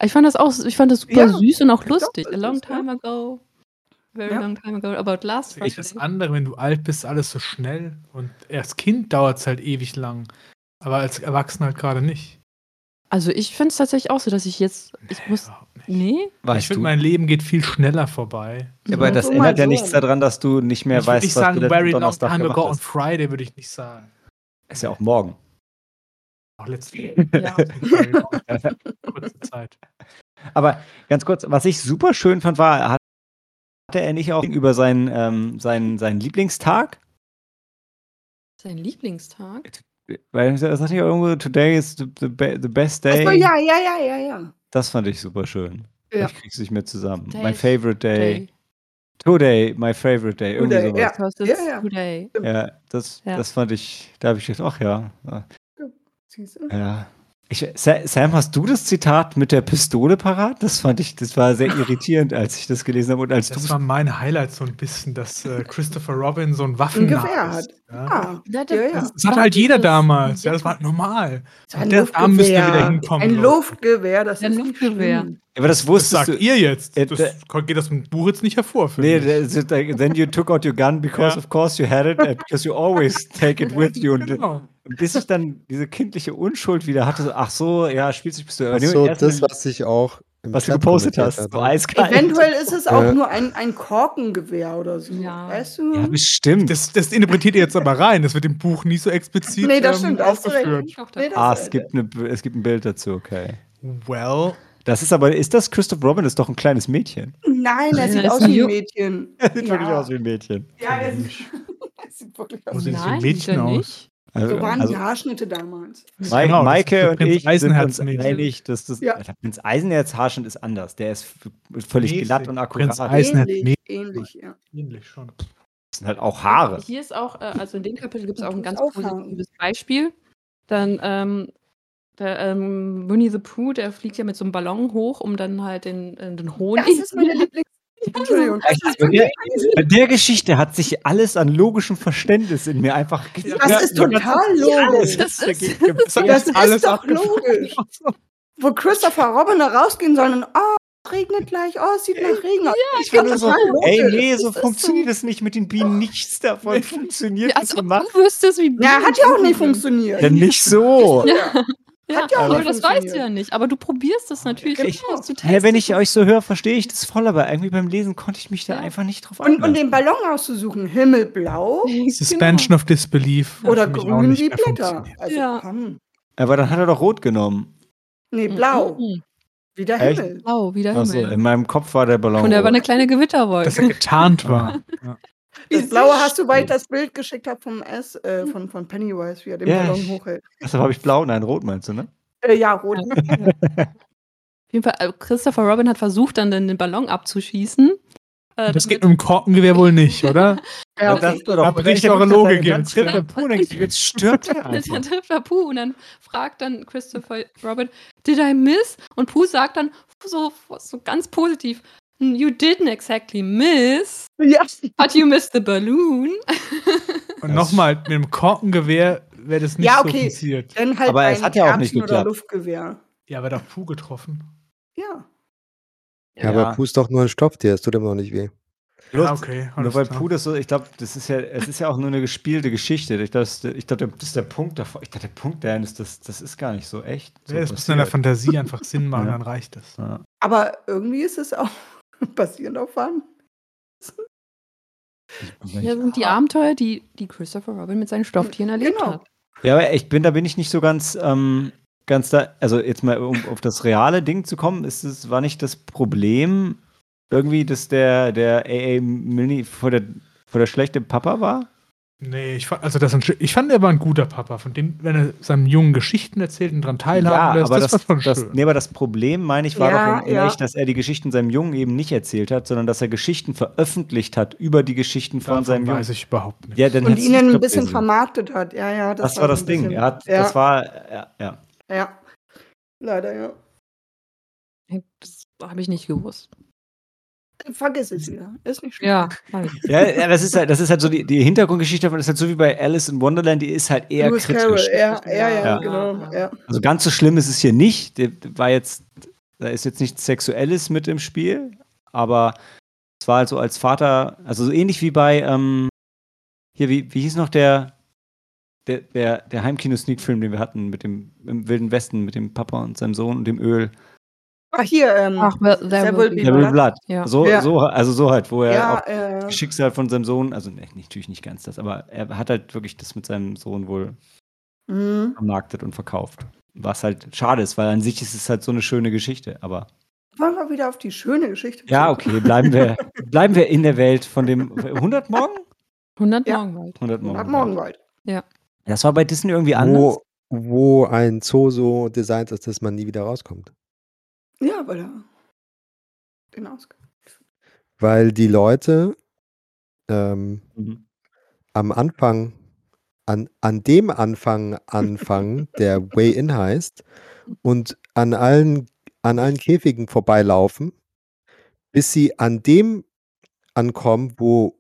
S2: Ich fand das auch, ich fand das super
S4: Ja,
S2: süß und auch
S4: ich glaub,
S2: lustig. A
S4: das
S2: long
S4: ist, ja.
S2: time ago. Very
S4: Ja.
S2: long time ago, about last Friday.
S5: Ich das andere, wenn du alt bist, alles so schnell. Und als Kind dauert es halt ewig lang. Aber als Erwachsener halt gerade nicht.
S2: Also ich finde es tatsächlich auch so, dass ich jetzt, ich muss,
S5: Überhaupt nicht.
S2: nee, Mhm.
S5: Ich finde, mein Leben geht viel schneller vorbei.
S1: Ja, aber das
S4: So mal
S1: ändert ja
S4: so.
S1: nichts daran, dass du nicht mehr
S5: ich würde
S1: weißt,
S5: nicht
S1: was
S5: sagen,
S1: du
S5: very
S1: letzten
S5: long
S1: Donnerstag
S5: time
S1: gemacht
S5: ago on
S1: hast.
S5: Friday würde ich nicht sagen.
S1: Ist ja auch morgen.
S5: Auch letztlich.
S4: [LAUGHS]
S2: ja.
S5: Very long. Kurze
S1: [LAUGHS]
S5: Zeit.
S1: Aber ganz kurz, was ich super schön fand, war, hat- hatte er nicht auch über seinen, ähm, seinen, seinen Lieblingstag?
S2: Sein Lieblingstag?
S1: Weil das sagt nicht irgendwo, today is the, the, be the best day.
S4: Achso, ja, ja, ja, ja, ja.
S1: Das fand ich super schön.
S4: Ja.
S1: Ich krieg's nicht mehr zusammen.
S2: Today
S1: my
S2: is
S1: favorite day. Today, my favorite day. Irgendwie
S4: Today,
S1: sowas.
S4: ja.
S2: Because it's
S4: ja.
S2: today.
S1: Ja, das,
S2: Ja.
S1: das fand ich, da habe ich gedacht, ach ja.
S4: Siehst du?
S1: ja. Ich, Sa- Sam, hast du das Zitat mit der Pistole parat? Das fand ich, das war sehr irritierend, als ich das gelesen habe und als
S5: Das
S1: du
S5: war mein Highlight so ein bisschen, dass äh, Christopher Robin so ein
S4: Ein
S2: Hm.
S5: Waffen
S4: Gewehr
S5: ist.
S4: hat.
S5: Ja.
S4: Ah,
S2: Ja,
S4: ja, ja.
S5: Das hatte halt jeder damals. Ja, das war halt normal.
S4: so ein
S5: Der- da müssen wir wieder
S4: Luftgewehr.
S5: hinkommen,
S4: Ein
S5: Leute.
S4: Luftgewehr, das
S2: Ein
S4: ist nicht
S2: Luftgewehr.
S4: schlimm.
S1: Aber das
S5: Das
S1: wusstest
S5: sagt
S1: du.
S5: ihr jetzt.
S1: Äh,
S5: Das
S1: da-
S5: geht aus dem Buch jetzt nicht hervor. finde
S1: Nee,
S5: ich.
S1: das ist, like, then you took out your gun because
S5: Ja.
S1: of course you had it, and because you always take it with you. Und
S5: [LAUGHS] Genau.
S1: bis ich dann diese kindliche Unschuld wieder hatte, so, ach so, ja, spielst du Pistole.
S3: Achso,
S1: Erst
S3: das,
S1: mal-
S3: was ich auch im
S1: was du
S3: Chat
S1: gepostet
S3: kommentiert
S1: hast.
S3: hatte.
S1: So eiskalt.
S4: Eventuell ist es auch
S3: Äh.
S4: nur ein, ein Korkengewehr oder so.
S2: Ja.
S4: Weißt du?
S1: Ja, bestimmt.
S5: Das, das interpretiert ihr jetzt aber rein. Das wird im Buch nie so explizit ähm,
S4: Nee, das stimmt, hast du recht.
S5: aufgeführt.
S2: Doch, doch.
S4: Nee, das-
S1: ähm, ah, es gibt, eine, es gibt ein Bild dazu, okay.
S5: Well,
S1: Das ist aber, ist das Christopher Robin? Das ist doch ein kleines Mädchen. [LAUGHS]
S4: Nein,
S2: Nein,
S4: das sieht
S2: das
S4: aus
S2: ist ein
S4: wie
S2: Ju-
S4: ein Mädchen.
S1: Er sieht
S4: Ja.
S1: wirklich aus wie ein Mädchen.
S4: Ja, das sieht, das [LAUGHS] sieht wirklich aus
S5: Muss
S4: wie ein
S5: ich-
S4: Mädchen.
S2: Nein,
S5: Mädchen
S2: sieht er
S5: aus.
S2: nicht.
S1: Also,
S4: So waren
S1: also
S4: die Haarschnitte damals.
S1: Mai-
S5: Genau, das ist
S1: Maike
S5: der
S1: und
S5: Prinz
S1: ich sind uns
S5: Eisenherz-Mädchen.
S1: einig, dass das
S4: Ja.
S1: Alter, Prinz Eisenherz Haarschnitt ist anders. Der ist f- völlig
S5: Mäßig.
S1: glatt und akkurat.
S5: Prinz Eisen- Weiß nicht,
S4: ähnlich,
S5: nee.
S4: ähnlich, ja.
S5: ähnlich schon.
S1: Das sind halt auch Haare.
S2: Hier ist auch, äh, also in dem Kapitel gibt es auch ein
S4: Du musst
S2: ganz
S4: aufhaken.
S2: positives Beispiel. Dann, ähm, der, ähm, Winnie the Pooh, der fliegt ja mit so einem Ballon hoch, um dann halt den, äh, den Honig.
S4: [LAUGHS]
S2: [LAUGHS]
S4: Das ist meine Lieblings. Entschuldigung.
S1: Bei der, bei der Geschichte hat sich alles an logischem Verständnis in mir einfach
S4: Das ist total logisch.
S2: Das ist-
S4: Das
S5: ist
S4: ist
S5: alles
S4: doch
S5: abgefahren.
S4: logisch. Wo Christopher Robin da rausgehen soll und oh, es regnet gleich, oh, es sieht nach Regen aus.
S1: Ich war nur
S4: das
S1: so,
S4: total logisch.
S1: ey, nee, so
S2: Das ist
S1: funktioniert es nicht mit den Bienen. Nichts davon funktioniert
S2: Ja, also
S1: so
S2: als ob [LAUGHS]
S1: gemacht.
S2: du wüsstest, wie
S4: Ja,
S2: Bienen
S4: hat ja auch nicht
S2: funktionieren.
S4: funktioniert.
S1: Denn nicht so.
S2: Ja,
S4: Hat ja auch
S2: aber
S4: nicht funktioniert.
S2: das
S4: Genau.
S2: weißt du ja nicht. Aber du probierst das natürlich.
S1: Ich-
S2: aus, du
S1: Hä, wenn ich
S2: [LAUGHS] testest
S1: euch so höre, verstehe ich das voll, aber irgendwie beim Lesen konnte ich mich da
S2: Ja.
S1: einfach nicht drauf
S4: Und, und
S1: einlassen.
S4: den Ballon auszusuchen, himmelblau
S2: es.
S5: Suspension of Disbelief. hat
S4: Genau. oder
S5: für mich auch
S4: grün
S5: nicht
S4: wie
S5: mehr
S4: Blätter.
S5: funktioniert.
S4: Also,
S2: Ja.
S4: komm.
S1: Aber dann hat er doch rot genommen.
S4: Nee,
S2: Genau.
S4: blau,
S2: Mhm.
S4: wieder
S1: Echt?
S4: Himmel.
S2: Blau, wieder
S1: Also
S2: Himmel.
S1: in meinem Kopf war der Ballon.
S2: Und da war eine
S1: rot.
S2: kleine
S5: Dass er
S2: Gewitterwolke.
S4: [LAUGHS]
S5: getarnt war. Ja.
S4: Das blaue hast du, weil ich das Bild geschickt habe vom S, äh, von, von Pennywise, wie er den
S1: Ja,
S4: Ballon
S1: ich-
S4: hochhält.
S1: Deshalb habe ich blau, nein, rot meinst du, ne?
S4: Äh, ja, rot.
S2: Ja. Auf jeden Fall, äh, Christopher Robin hat versucht, dann den den Ballon abzuschießen. Äh,
S5: Das geht
S2: damit-
S5: mit dem Korkengewehr wohl nicht, oder?
S4: Ja,
S1: Das
S4: okay.
S1: ist doch
S5: Da
S1: brech
S5: bricht
S1: der
S5: eure
S1: Wind,
S5: Logik
S1: dann- dann
S5: jetzt.
S1: tritt der
S5: Ja.
S1: Puh, und dann- Jetzt stirbt
S2: [LAUGHS]
S1: er einfach.
S2: Dann trifft er Pooh und dann fragt dann Christopher Robin, did I miss? Und Pooh sagt dann so, so ganz positiv, you didn't exactly miss,
S4: ja.
S2: but you missed the
S5: [LAUGHS]
S2: balloon.
S5: Und nochmal, mit dem Korkengewehr wäre das nicht
S4: Ja,
S5: so
S4: okay.
S5: passiert.
S4: Dann halt
S1: Aber es
S4: ein
S1: hat ja auch nicht
S4: Erbsen- oder
S1: geklappt.
S4: Luftgewehr.
S5: Ja, aber da Puh getroffen.
S4: Ja.
S3: Ja, aber
S1: Ja.
S3: Puh ist doch nur ein Stofftier, es tut ihm doch nicht weh.
S1: Bloß-
S5: Ah, okay.
S1: Nur
S5: alles
S1: weil
S5: klar.
S1: Puh das so, ich glaube, das ist ja, es ist ja auch nur eine gespielte Geschichte. Ich glaube, das, ich glaub, der- das ist der Punkt davon. Ich dachte, der Punkt dahin ist, das, das ist gar nicht so echt. So
S5: Ja, das muss in der
S1: passiert.
S5: Fantasie einfach Sinn
S1: [LAUGHS]
S5: machen,
S1: Ja.
S5: dann reicht das.
S1: Ja.
S4: Aber irgendwie ist es auch [LAUGHS] basierend auf Fun.
S2: Das sind die Abenteuer, die, die Christopher Robin mit seinen Stofftieren erlebt
S4: Genau.
S2: hat.
S1: Ja, aber ich bin, da bin ich nicht so ganz, ähm, ganz da. Also jetzt mal, um auf das reale Ding zu kommen, ist es, war nicht das Problem irgendwie, dass der, der AA Mini vor der, vor der schlechte Papa war?
S5: Nee, ich fand, also das, ist ein schö- ich fand, er war ein guter Papa. Von dem, wenn er seinen Jungen Geschichten erzählt und dran teilhaben lässt,
S1: aber
S5: das, war schon schön.
S1: nee, aber das Problem, meine ich, war
S4: Ja,
S1: doch in, in
S4: ja.
S1: echt, dass er die Geschichten seinem Jungen eben nicht erzählt hat, sondern dass er Geschichten veröffentlicht hat über die Geschichten von
S5: Davon
S1: seinem Jungen.
S5: weiß ich überhaupt nicht.
S1: Ja, dann
S4: Und
S1: hättest du
S4: ihnen
S1: es
S4: ein bisschen
S1: gelesen.
S4: vermarktet hat. Ja, ja.
S1: Das,
S4: so
S1: war das
S4: ein
S1: Ding.
S4: bisschen-
S1: Er hat,
S4: ja,
S1: Das war, ja, ja.
S4: ja. Leider, ja.
S2: Das habe ich nicht gewusst.
S4: Vergiss es wieder. Ist nicht schlimm.
S2: Ja,
S1: ja, ja, das ist halt, das ist halt so die, die Hintergrundgeschichte davon, ist halt so wie bei Alice in Wonderland, die ist halt eher
S4: Lewis
S1: kritisch.
S4: Carroll, ja, ja, ja,
S2: Ja.
S4: genau. Ja.
S1: Also ganz so schlimm ist es hier nicht. Der- der War jetzt, da ist jetzt nichts Sexuelles mit im Spiel, aber es war halt so als Vater, also so ähnlich wie bei, ähm, hier, wie, wie hieß noch der, der, der, der Heimkino-Sneak-Film, den wir hatten mit dem im Wilden Westen, mit dem Papa und seinem Sohn und dem Öl.
S4: Ach, hier, ähm,
S2: Ach, well, there
S4: There
S2: will
S4: will
S2: be.
S4: be-
S1: Der Will Blood.
S2: Ja.
S1: So,
S4: Ja.
S1: so, also so halt, wo er auch
S4: ja, äh,
S1: das Schicksal von seinem Sohn, also nee, natürlich nicht ganz das, aber er hat halt wirklich das mit seinem Sohn wohl
S4: mh.
S1: vermarktet und verkauft. Was halt schade ist, weil an sich ist es halt so eine schöne Geschichte. Aber
S4: Wollen wir wieder auf die schöne Geschichte?
S1: ja,
S4: zurück?
S1: okay, bleiben [LAUGHS] wir, bleiben wir in der Welt von dem 100 Morgen?
S2: 100
S4: Ja.
S2: Morgenwald.
S1: 100 Morgen.
S4: Ab Morgenwald.
S1: Das war bei Disney irgendwie anders.
S3: Wo, wo ein Zoo so designt ist, dass man nie wieder rauskommt.
S4: Ja, weil er den Ausgang.
S1: Genau.
S3: Weil die Leute ähm,
S1: Mhm.
S3: am Anfang, an, an dem Anfang anfangen, der Way In heißt, und an allen, an allen Käfigen vorbeilaufen, bis sie an dem ankommen, wo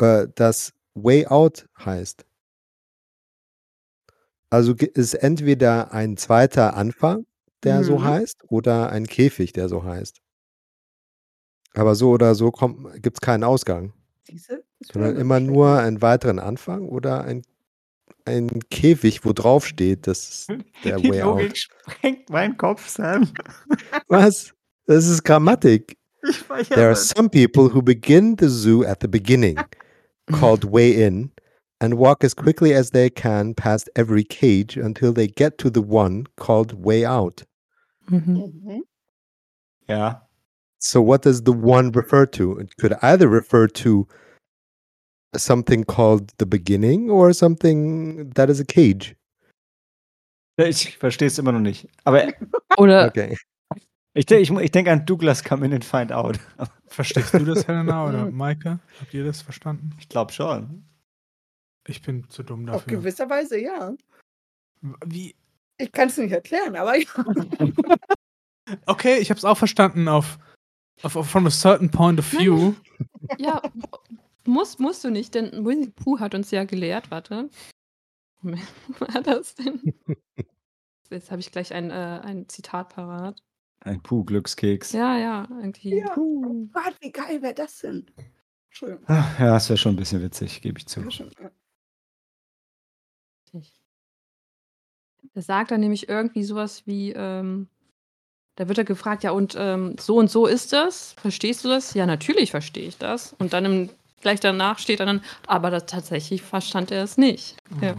S3: äh, das Way Out heißt. Also ge- ist entweder ein zweiter Anfang, der so
S4: Mhm.
S3: heißt, oder ein Käfig, der so heißt. Aber so oder so gibt es keinen Ausgang.
S4: Diese ist
S3: Sondern
S4: wieder
S3: immer
S4: schlecht.
S3: nur einen weiteren Anfang oder ein, ein Käfig, wo drauf steht, das ist der Way Out.
S1: sprengt meinen Kopf, Sam.
S3: Was? Das ist Grammatik.
S1: Ich war
S3: There are some people who begin the zoo at the beginning, called way in, and walk as quickly as they can past every cage until they get to the one called way out.
S2: Mhm.
S4: Mhm.
S1: ja.
S3: So, what does the one refer to? It could either refer to something called the beginning or something that is a cage.
S1: Ich verstehe es immer noch nicht. Aber
S2: Oder
S3: Okay.
S1: ich, denk- ich, ich denke an Douglas Come In and Find Out.
S5: Verstehst du
S1: [LAUGHS]
S5: das, Helena oder Maike? Habt ihr das verstanden?
S1: Ich glaube schon.
S5: Ich bin zu dumm
S4: Auf
S5: dafür.
S4: gewisser Weise, ja.
S5: Wie?
S4: Ich kann es nicht erklären, aber ja.
S5: Okay, ich hab's auch verstanden auf Of- of- From a certain point of view.
S2: Ja, musst, musst du nicht, denn Winnie the Pooh hat uns ja gelehrt, warte. Moment, [LAUGHS] wo war das denn? Jetzt habe ich gleich ein, äh, ein Zitat parat.
S1: Ein Puh-Glückskeks. Ja,
S2: Ja, ja, irgendwie.
S4: Ja. Oh
S2: Puh.
S4: Gott, wie geil wäre das denn? Entschuldigung.
S1: Ah, ja das wäre schon ein bisschen witzig, gebe ich zu.
S4: Ja, schon, ja.
S2: Da sagt er nämlich irgendwie sowas wie, ähm, da wird er gefragt, ja, und ähm, so und so ist das? Verstehst du das? Ja, natürlich verstehe ich das. Und dann im, gleich danach steht er dann, aber das, tatsächlich verstand er es nicht. Ja.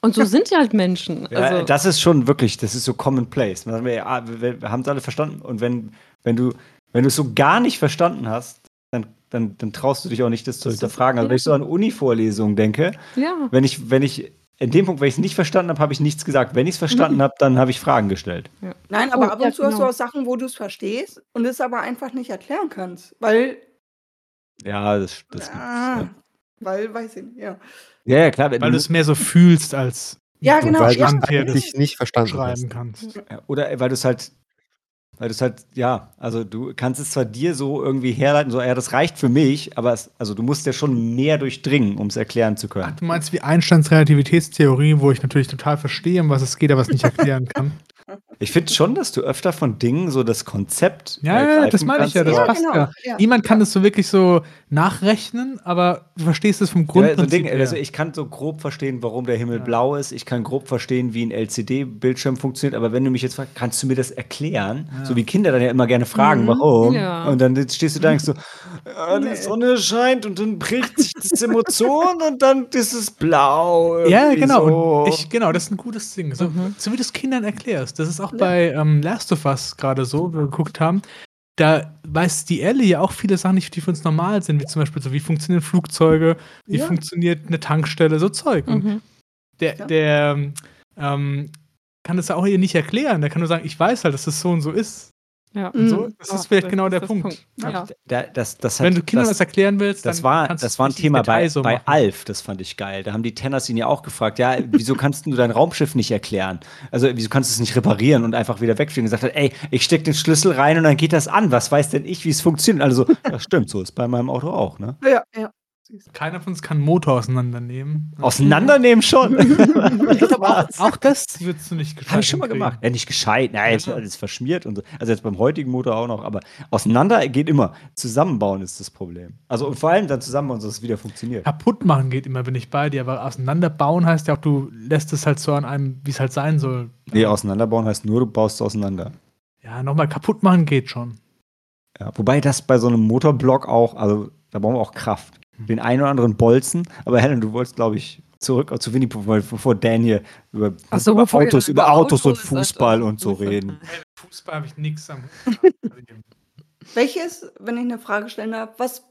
S2: Und so sind ja halt Menschen.
S1: Ja,
S2: Also,
S1: das ist schon wirklich, das ist so commonplace. Man sagt mir, ja, ah, Wir, wir haben es alle verstanden. Und wenn, wenn du wenn du es so gar nicht verstanden hast, dann, dann, dann traust du dich auch nicht, das zu
S2: Das ist-
S1: hinterfragen. Also wenn ich so an Uni-Vorlesungen denke,
S2: ja.
S1: wenn ich, wenn ich, in dem Punkt, wenn ich es nicht verstanden habe, habe ich nichts gesagt. Wenn ich es verstanden habe, dann habe ich Fragen gestellt.
S4: Nein, aber
S2: Oh,
S4: ab und
S2: ja,
S4: zu hast du
S2: genau.
S4: auch Sachen, wo du es verstehst und es aber einfach nicht erklären kannst. Weil,
S1: Ja, das, das gibt's.
S4: ah,
S1: Ja,
S4: weil, weiß ich nicht, ja.
S1: ja, ja, klar.
S5: Weil du es mehr so fühlst, als
S4: Ja,
S5: du
S4: genau,
S3: weil du es
S4: stimmt.
S3: eigentlich nicht verstanden hast.
S5: schreiben kannst.
S1: Ja, Oder äh, weil du es halt, weil du es halt, ja, also du kannst es zwar dir so irgendwie herleiten, so, ja, das reicht für mich, aber es, also du musst ja schon mehr durchdringen, um es erklären zu
S5: Ach,
S1: können.
S5: du meinst wie Einsteins Relativitätstheorie, wo ich natürlich total verstehe, um was es geht, aber es nicht erklären kann.
S1: Ich finde schon, dass du öfter von Dingen so das Konzept.
S5: Ja, ja,
S1: ergreifen
S5: das meine ich ja,
S1: kannst,
S5: das
S1: aber-
S5: passt ja.
S4: ja.
S5: Niemand kann es so wirklich so nachrechnen, aber du verstehst es vom
S1: Ja, so ein
S5: Grundprinzip.
S1: Ding,
S5: her.
S1: also ich kann so grob verstehen, warum der Himmel
S5: Ja.
S1: blau ist. Ich kann grob verstehen, wie ein LCD-Bildschirm funktioniert. Aber wenn du mich jetzt fragst, kannst du mir das erklären?
S5: Ja.
S1: So wie Kinder dann ja immer gerne fragen,
S2: Mhm.
S1: warum?
S2: Ja.
S1: Und dann stehst du da und denkst so, ah,
S4: Nee.
S1: die Sonne scheint und dann bricht sich das Emotion und dann ist es blau.
S5: ja,
S1: irgendwie
S5: genau.
S1: So.
S5: Und Ich, genau, das ist ein gutes Ding. So,
S2: Mhm.
S5: so wie du es Kindern erklärst. Das ist auch bei ähm, Last of Us gerade so, wo wir geguckt haben. Da weiß die Ellie ja auch viele Sachen nicht, die für uns normal sind, wie zum Beispiel so, wie funktionieren Flugzeuge, wie
S4: Ja.
S5: funktioniert eine Tankstelle, so Zeug. Und
S2: Mhm.
S5: der,
S4: Ja.
S5: der ähm, kann es auch ihr nicht erklären. Der kann nur sagen, ich weiß halt, dass das so und so ist.
S2: ja.
S5: Und so,
S4: Mhm.
S5: das ist
S2: Ah,
S5: vielleicht
S2: das
S5: genau
S2: ist
S5: der
S2: das
S5: Punkt.
S2: Ja.
S1: Da, das, das hat,
S5: Wenn du Kindern das,
S1: das,
S5: erklären willst, dann
S1: Das war,
S5: kannst
S1: das
S5: du
S1: war ein
S5: nicht im
S1: Thema bei,
S5: Detail so
S1: bei
S5: machen.
S1: Alf, das fand ich geil. Da haben die Tenners ihn ja auch gefragt, ja, wieso kannst du dein Raumschiff nicht erklären? Also, wieso kannst du es nicht reparieren und einfach wieder wegfliegen? Und gesagt hat, ey, ich steck den Schlüssel rein und dann geht das an. Was weiß denn ich, wie es funktioniert? Also, ja, stimmt, so ist bei meinem Auto auch, ne?
S4: Ja, ja.
S5: Keiner von uns kann einen Motor auseinandernehmen.
S1: Oh. Auseinandernehmen
S5: [LAUGHS]
S1: schon. das war's.
S5: Auch das würdest du nicht gescheit
S1: Habe ich schon mal
S5: hinkriegen.
S1: gemacht. Ja, nicht gescheit. Nein, jetzt ist
S5: Ja.
S1: alles verschmiert und so. Also jetzt beim heutigen Motor auch noch, aber auseinander geht immer. Zusammenbauen ist das Problem. Also und vor allem dann zusammenbauen, dass es wieder funktioniert.
S5: Kaputt machen geht immer, bin ich bei dir, aber auseinanderbauen heißt ja auch, du lässt es halt so an einem, wie es halt sein soll.
S1: Nee, auseinanderbauen heißt nur, du baust auseinander.
S5: Ja, nochmal kaputt machen geht schon.
S1: Ja, wobei das bei so einem Motorblock auch, also da brauchen wir auch Kraft. Den einen oder anderen Bolzen, aber Helen, du wolltest, glaube ich, zurück zu Winnie, bevor, bevor Dan hier über,
S2: Ach so,
S1: über,
S2: bevor ihr
S1: Autos,
S2: über
S1: über Autos und
S2: Autos und-
S1: Fußball und so
S2: und-
S1: reden.
S5: Fußball habe ich nichts am
S4: Welches, wenn ich eine Frage stellen darf, was,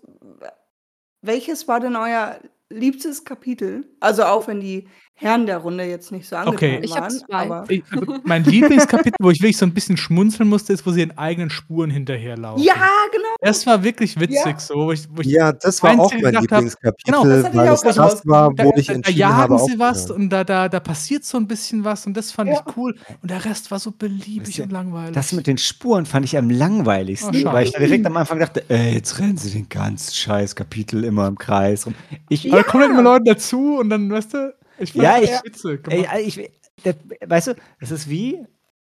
S4: welches war denn euer liebstes Kapitel? Also auch wenn die Herren der Runde jetzt nicht so angetan
S5: Okay.
S4: waren.
S2: Ich hab zwei.
S4: Aber
S5: [LAUGHS] ich, also Mein Lieblingskapitel, wo ich wirklich so ein bisschen schmunzeln musste, ist, wo sie ihren eigenen Spuren hinterherlaufen.
S4: ja, genau.
S5: Das war wirklich witzig,
S4: Ja.
S5: so, wo ich, wo ich
S3: Ja, das war
S5: Einzige
S3: auch mein
S5: gedacht hab,
S3: Lieblingskapitel,
S5: genau,
S4: das hatte ich
S3: weil
S4: auch
S3: es
S4: gerade
S3: das war,
S4: rausgesucht.
S3: wo ich
S5: da
S3: entschieden habe.
S5: jagen sie was
S3: aufzuhören.
S5: und da, da, da passiert so ein bisschen was und das fand
S4: Ja.
S5: ich cool. Und der Rest war so
S1: Wisst
S5: beliebig
S1: ihr,
S5: und langweilig.
S1: Das mit den Spuren fand ich am langweiligsten,
S5: Oh, schade.
S1: weil ich da direkt am Anfang dachte, ey, jetzt rennen sie den ganzen scheiß Kapitel immer im Kreis rum. Ich,
S5: Aber da kommen halt immer Leute dazu und dann, weißt du, ich fand
S1: Ja,
S5: das
S1: ich-
S5: witzig.
S1: Ey,
S5: gemacht.
S1: all- ich, der, weißt du, es ist wie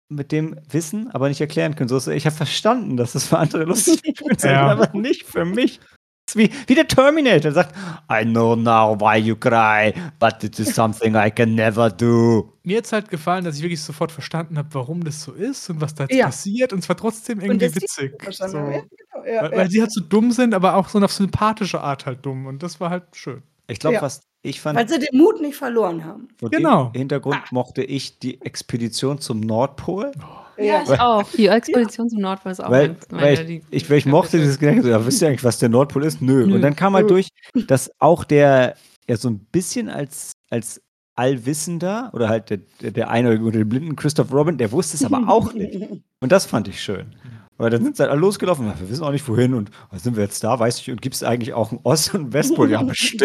S1: mit dem Wissen, aber nicht erklären können. So ist, ich habe verstanden, dass das für andere lustig ist,
S5: [LAUGHS] Ja.
S1: aber nicht für mich. Es ist wie, wie der Terminator sagt, I know now why you cry, but it is something I can never do.
S5: Mir hat es halt gefallen, dass ich wirklich sofort verstanden habe, warum das so ist und was da jetzt
S4: Ja.
S5: passiert. Und zwar trotzdem irgendwie
S4: das sieht
S5: witzig. So.
S4: verstanden. Ja,
S5: Weil,
S4: genau, ja, ja.
S5: weil sie halt so dumm sind, aber auch so eine auf sympathische Art halt dumm. Und das war halt schön.
S1: Ich glaube,
S4: Ja.
S1: was ich fand,
S4: Weil sie den Mut nicht verloren haben.
S1: vor
S5: Also genau.
S1: dem Hintergrund mochte ich die Expedition zum Nordpol.
S2: Ja, ich auch. Die Expedition zum Nordpol ist auch
S1: Weil,
S2: eins meiner
S1: weil ich,
S2: Lieblings-
S1: ich, weil ich mochte dieses Gedanke, so, ja, wisst ihr eigentlich, was der Nordpol ist? Nö.
S2: Nö.
S1: Und dann kam halt durch, dass auch der, ja, so ein bisschen als, als Allwissender oder halt der, der, der Einäugige unter den Blinden, Christoph Robin, der wusste es
S2: [LAUGHS]
S1: aber auch nicht. Und das fand ich schön. Weil dann sind sie halt alle losgelaufen, ja, wir wissen auch nicht wohin und oh, sind wir jetzt da, weiß ich, und gibt es eigentlich auch einen Ost- und einen Westpol?
S2: [LAUGHS]
S1: Ja, bestimmt.